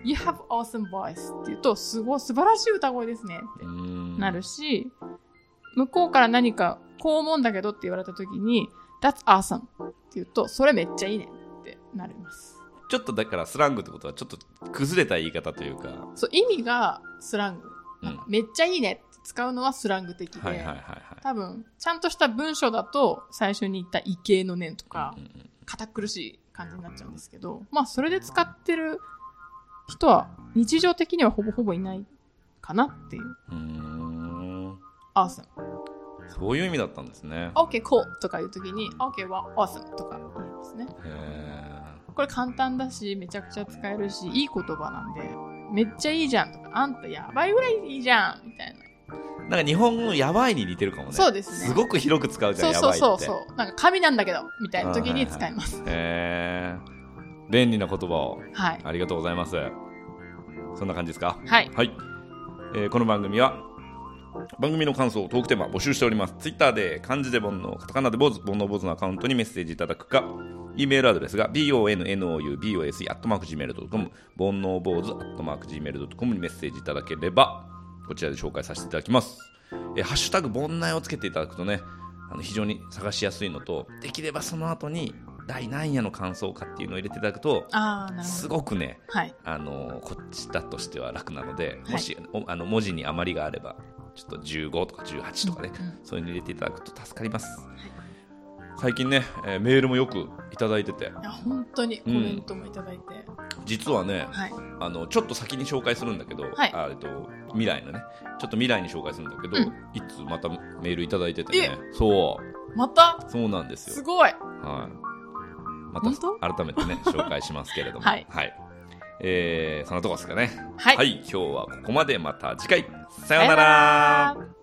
[SPEAKER 2] You have awesome voice って言うとすごい素晴らしい歌声ですねって
[SPEAKER 1] うーん
[SPEAKER 2] なるし、向こうから何かこう思うんだけどって言われた時に That's awesome って言うとそれめっちゃいいねってなります
[SPEAKER 1] ちょっとだからスラングってことはちょっと崩れた言い方というか
[SPEAKER 2] そう意味がスラング、
[SPEAKER 1] うん
[SPEAKER 2] めっちゃいいねって使うのはスラング的で、
[SPEAKER 1] はいはいはいはい
[SPEAKER 2] 多分ちゃんとした文章だと最初に言った「異形の念」とか
[SPEAKER 1] うんうん
[SPEAKER 2] 堅苦しい感じになっちゃうんですけどまあそれで使ってる人は日常的にはほぼほぼいないかなっていう
[SPEAKER 1] うんうーん
[SPEAKER 2] 「awesome」
[SPEAKER 1] そういう意味だったんですね
[SPEAKER 2] 「OK cool」とかいう時に「OK は awesome」とか言いますね
[SPEAKER 1] へえ
[SPEAKER 2] これ簡単だしめちゃくちゃ使えるしいい言葉なんで「めっちゃいいじゃん」とか「あんたやばいぐらいいいじゃん」みたいな
[SPEAKER 1] なんか日本語のやばいに似てるかもね
[SPEAKER 2] そうですね
[SPEAKER 1] すごく広く使うじゃ
[SPEAKER 2] そ
[SPEAKER 1] んや
[SPEAKER 2] うそう
[SPEAKER 1] ばいって
[SPEAKER 2] そうそう。なんか神なんだけど、みたいな時に使います。
[SPEAKER 1] へえ便利な言葉を
[SPEAKER 2] はい。
[SPEAKER 1] ありがとうございますそんな感じですか
[SPEAKER 2] はい。
[SPEAKER 1] はい、えーこの番組は番組の感想トークテーマ募集しておりますツイッターで漢字で煩悩カタカナで坊主煩悩坊主のアカウントにメッセージいただくか E メールアドレスが bonoubose.gmail.com 煩悩坊主 .gmail.com にメッセージいただければこちらで紹介させていただきますえーハッシュタグ煩悩をつけていただくとねあの非常に探しやすいのとできればその後に第何夜の感想かっていうのを入れていただくと
[SPEAKER 2] ああ、なるほ
[SPEAKER 1] す
[SPEAKER 2] ど。
[SPEAKER 1] ごくね
[SPEAKER 2] はい。
[SPEAKER 1] あのこっちだとしては楽なので、
[SPEAKER 2] い
[SPEAKER 1] もしおあの文字に余りがあればちょっと15とか18とかね、
[SPEAKER 2] うんうん
[SPEAKER 1] そういうの入れていただくと助かります、最近ね、えーメールもよくいただいてて
[SPEAKER 2] いや、本当にコメントもいただいて。
[SPEAKER 1] 実はね、
[SPEAKER 2] はい。
[SPEAKER 1] あのちょっと先に紹介するんだけど、
[SPEAKER 2] はい
[SPEAKER 1] あえっと未来のねちょっと未来に紹介するんだけど、
[SPEAKER 2] うん
[SPEAKER 1] いつまたメールいただいててねそう
[SPEAKER 2] また
[SPEAKER 1] そうなんですよ
[SPEAKER 2] すごい
[SPEAKER 1] はい。ま
[SPEAKER 2] 本当
[SPEAKER 1] た改めてね、紹介しますけれども。
[SPEAKER 2] はい
[SPEAKER 1] えーそんなとこですかね。
[SPEAKER 2] はい
[SPEAKER 1] 今日はここまで。また次回。さよう
[SPEAKER 2] さ
[SPEAKER 1] な
[SPEAKER 2] ような
[SPEAKER 1] ら
[SPEAKER 2] ら。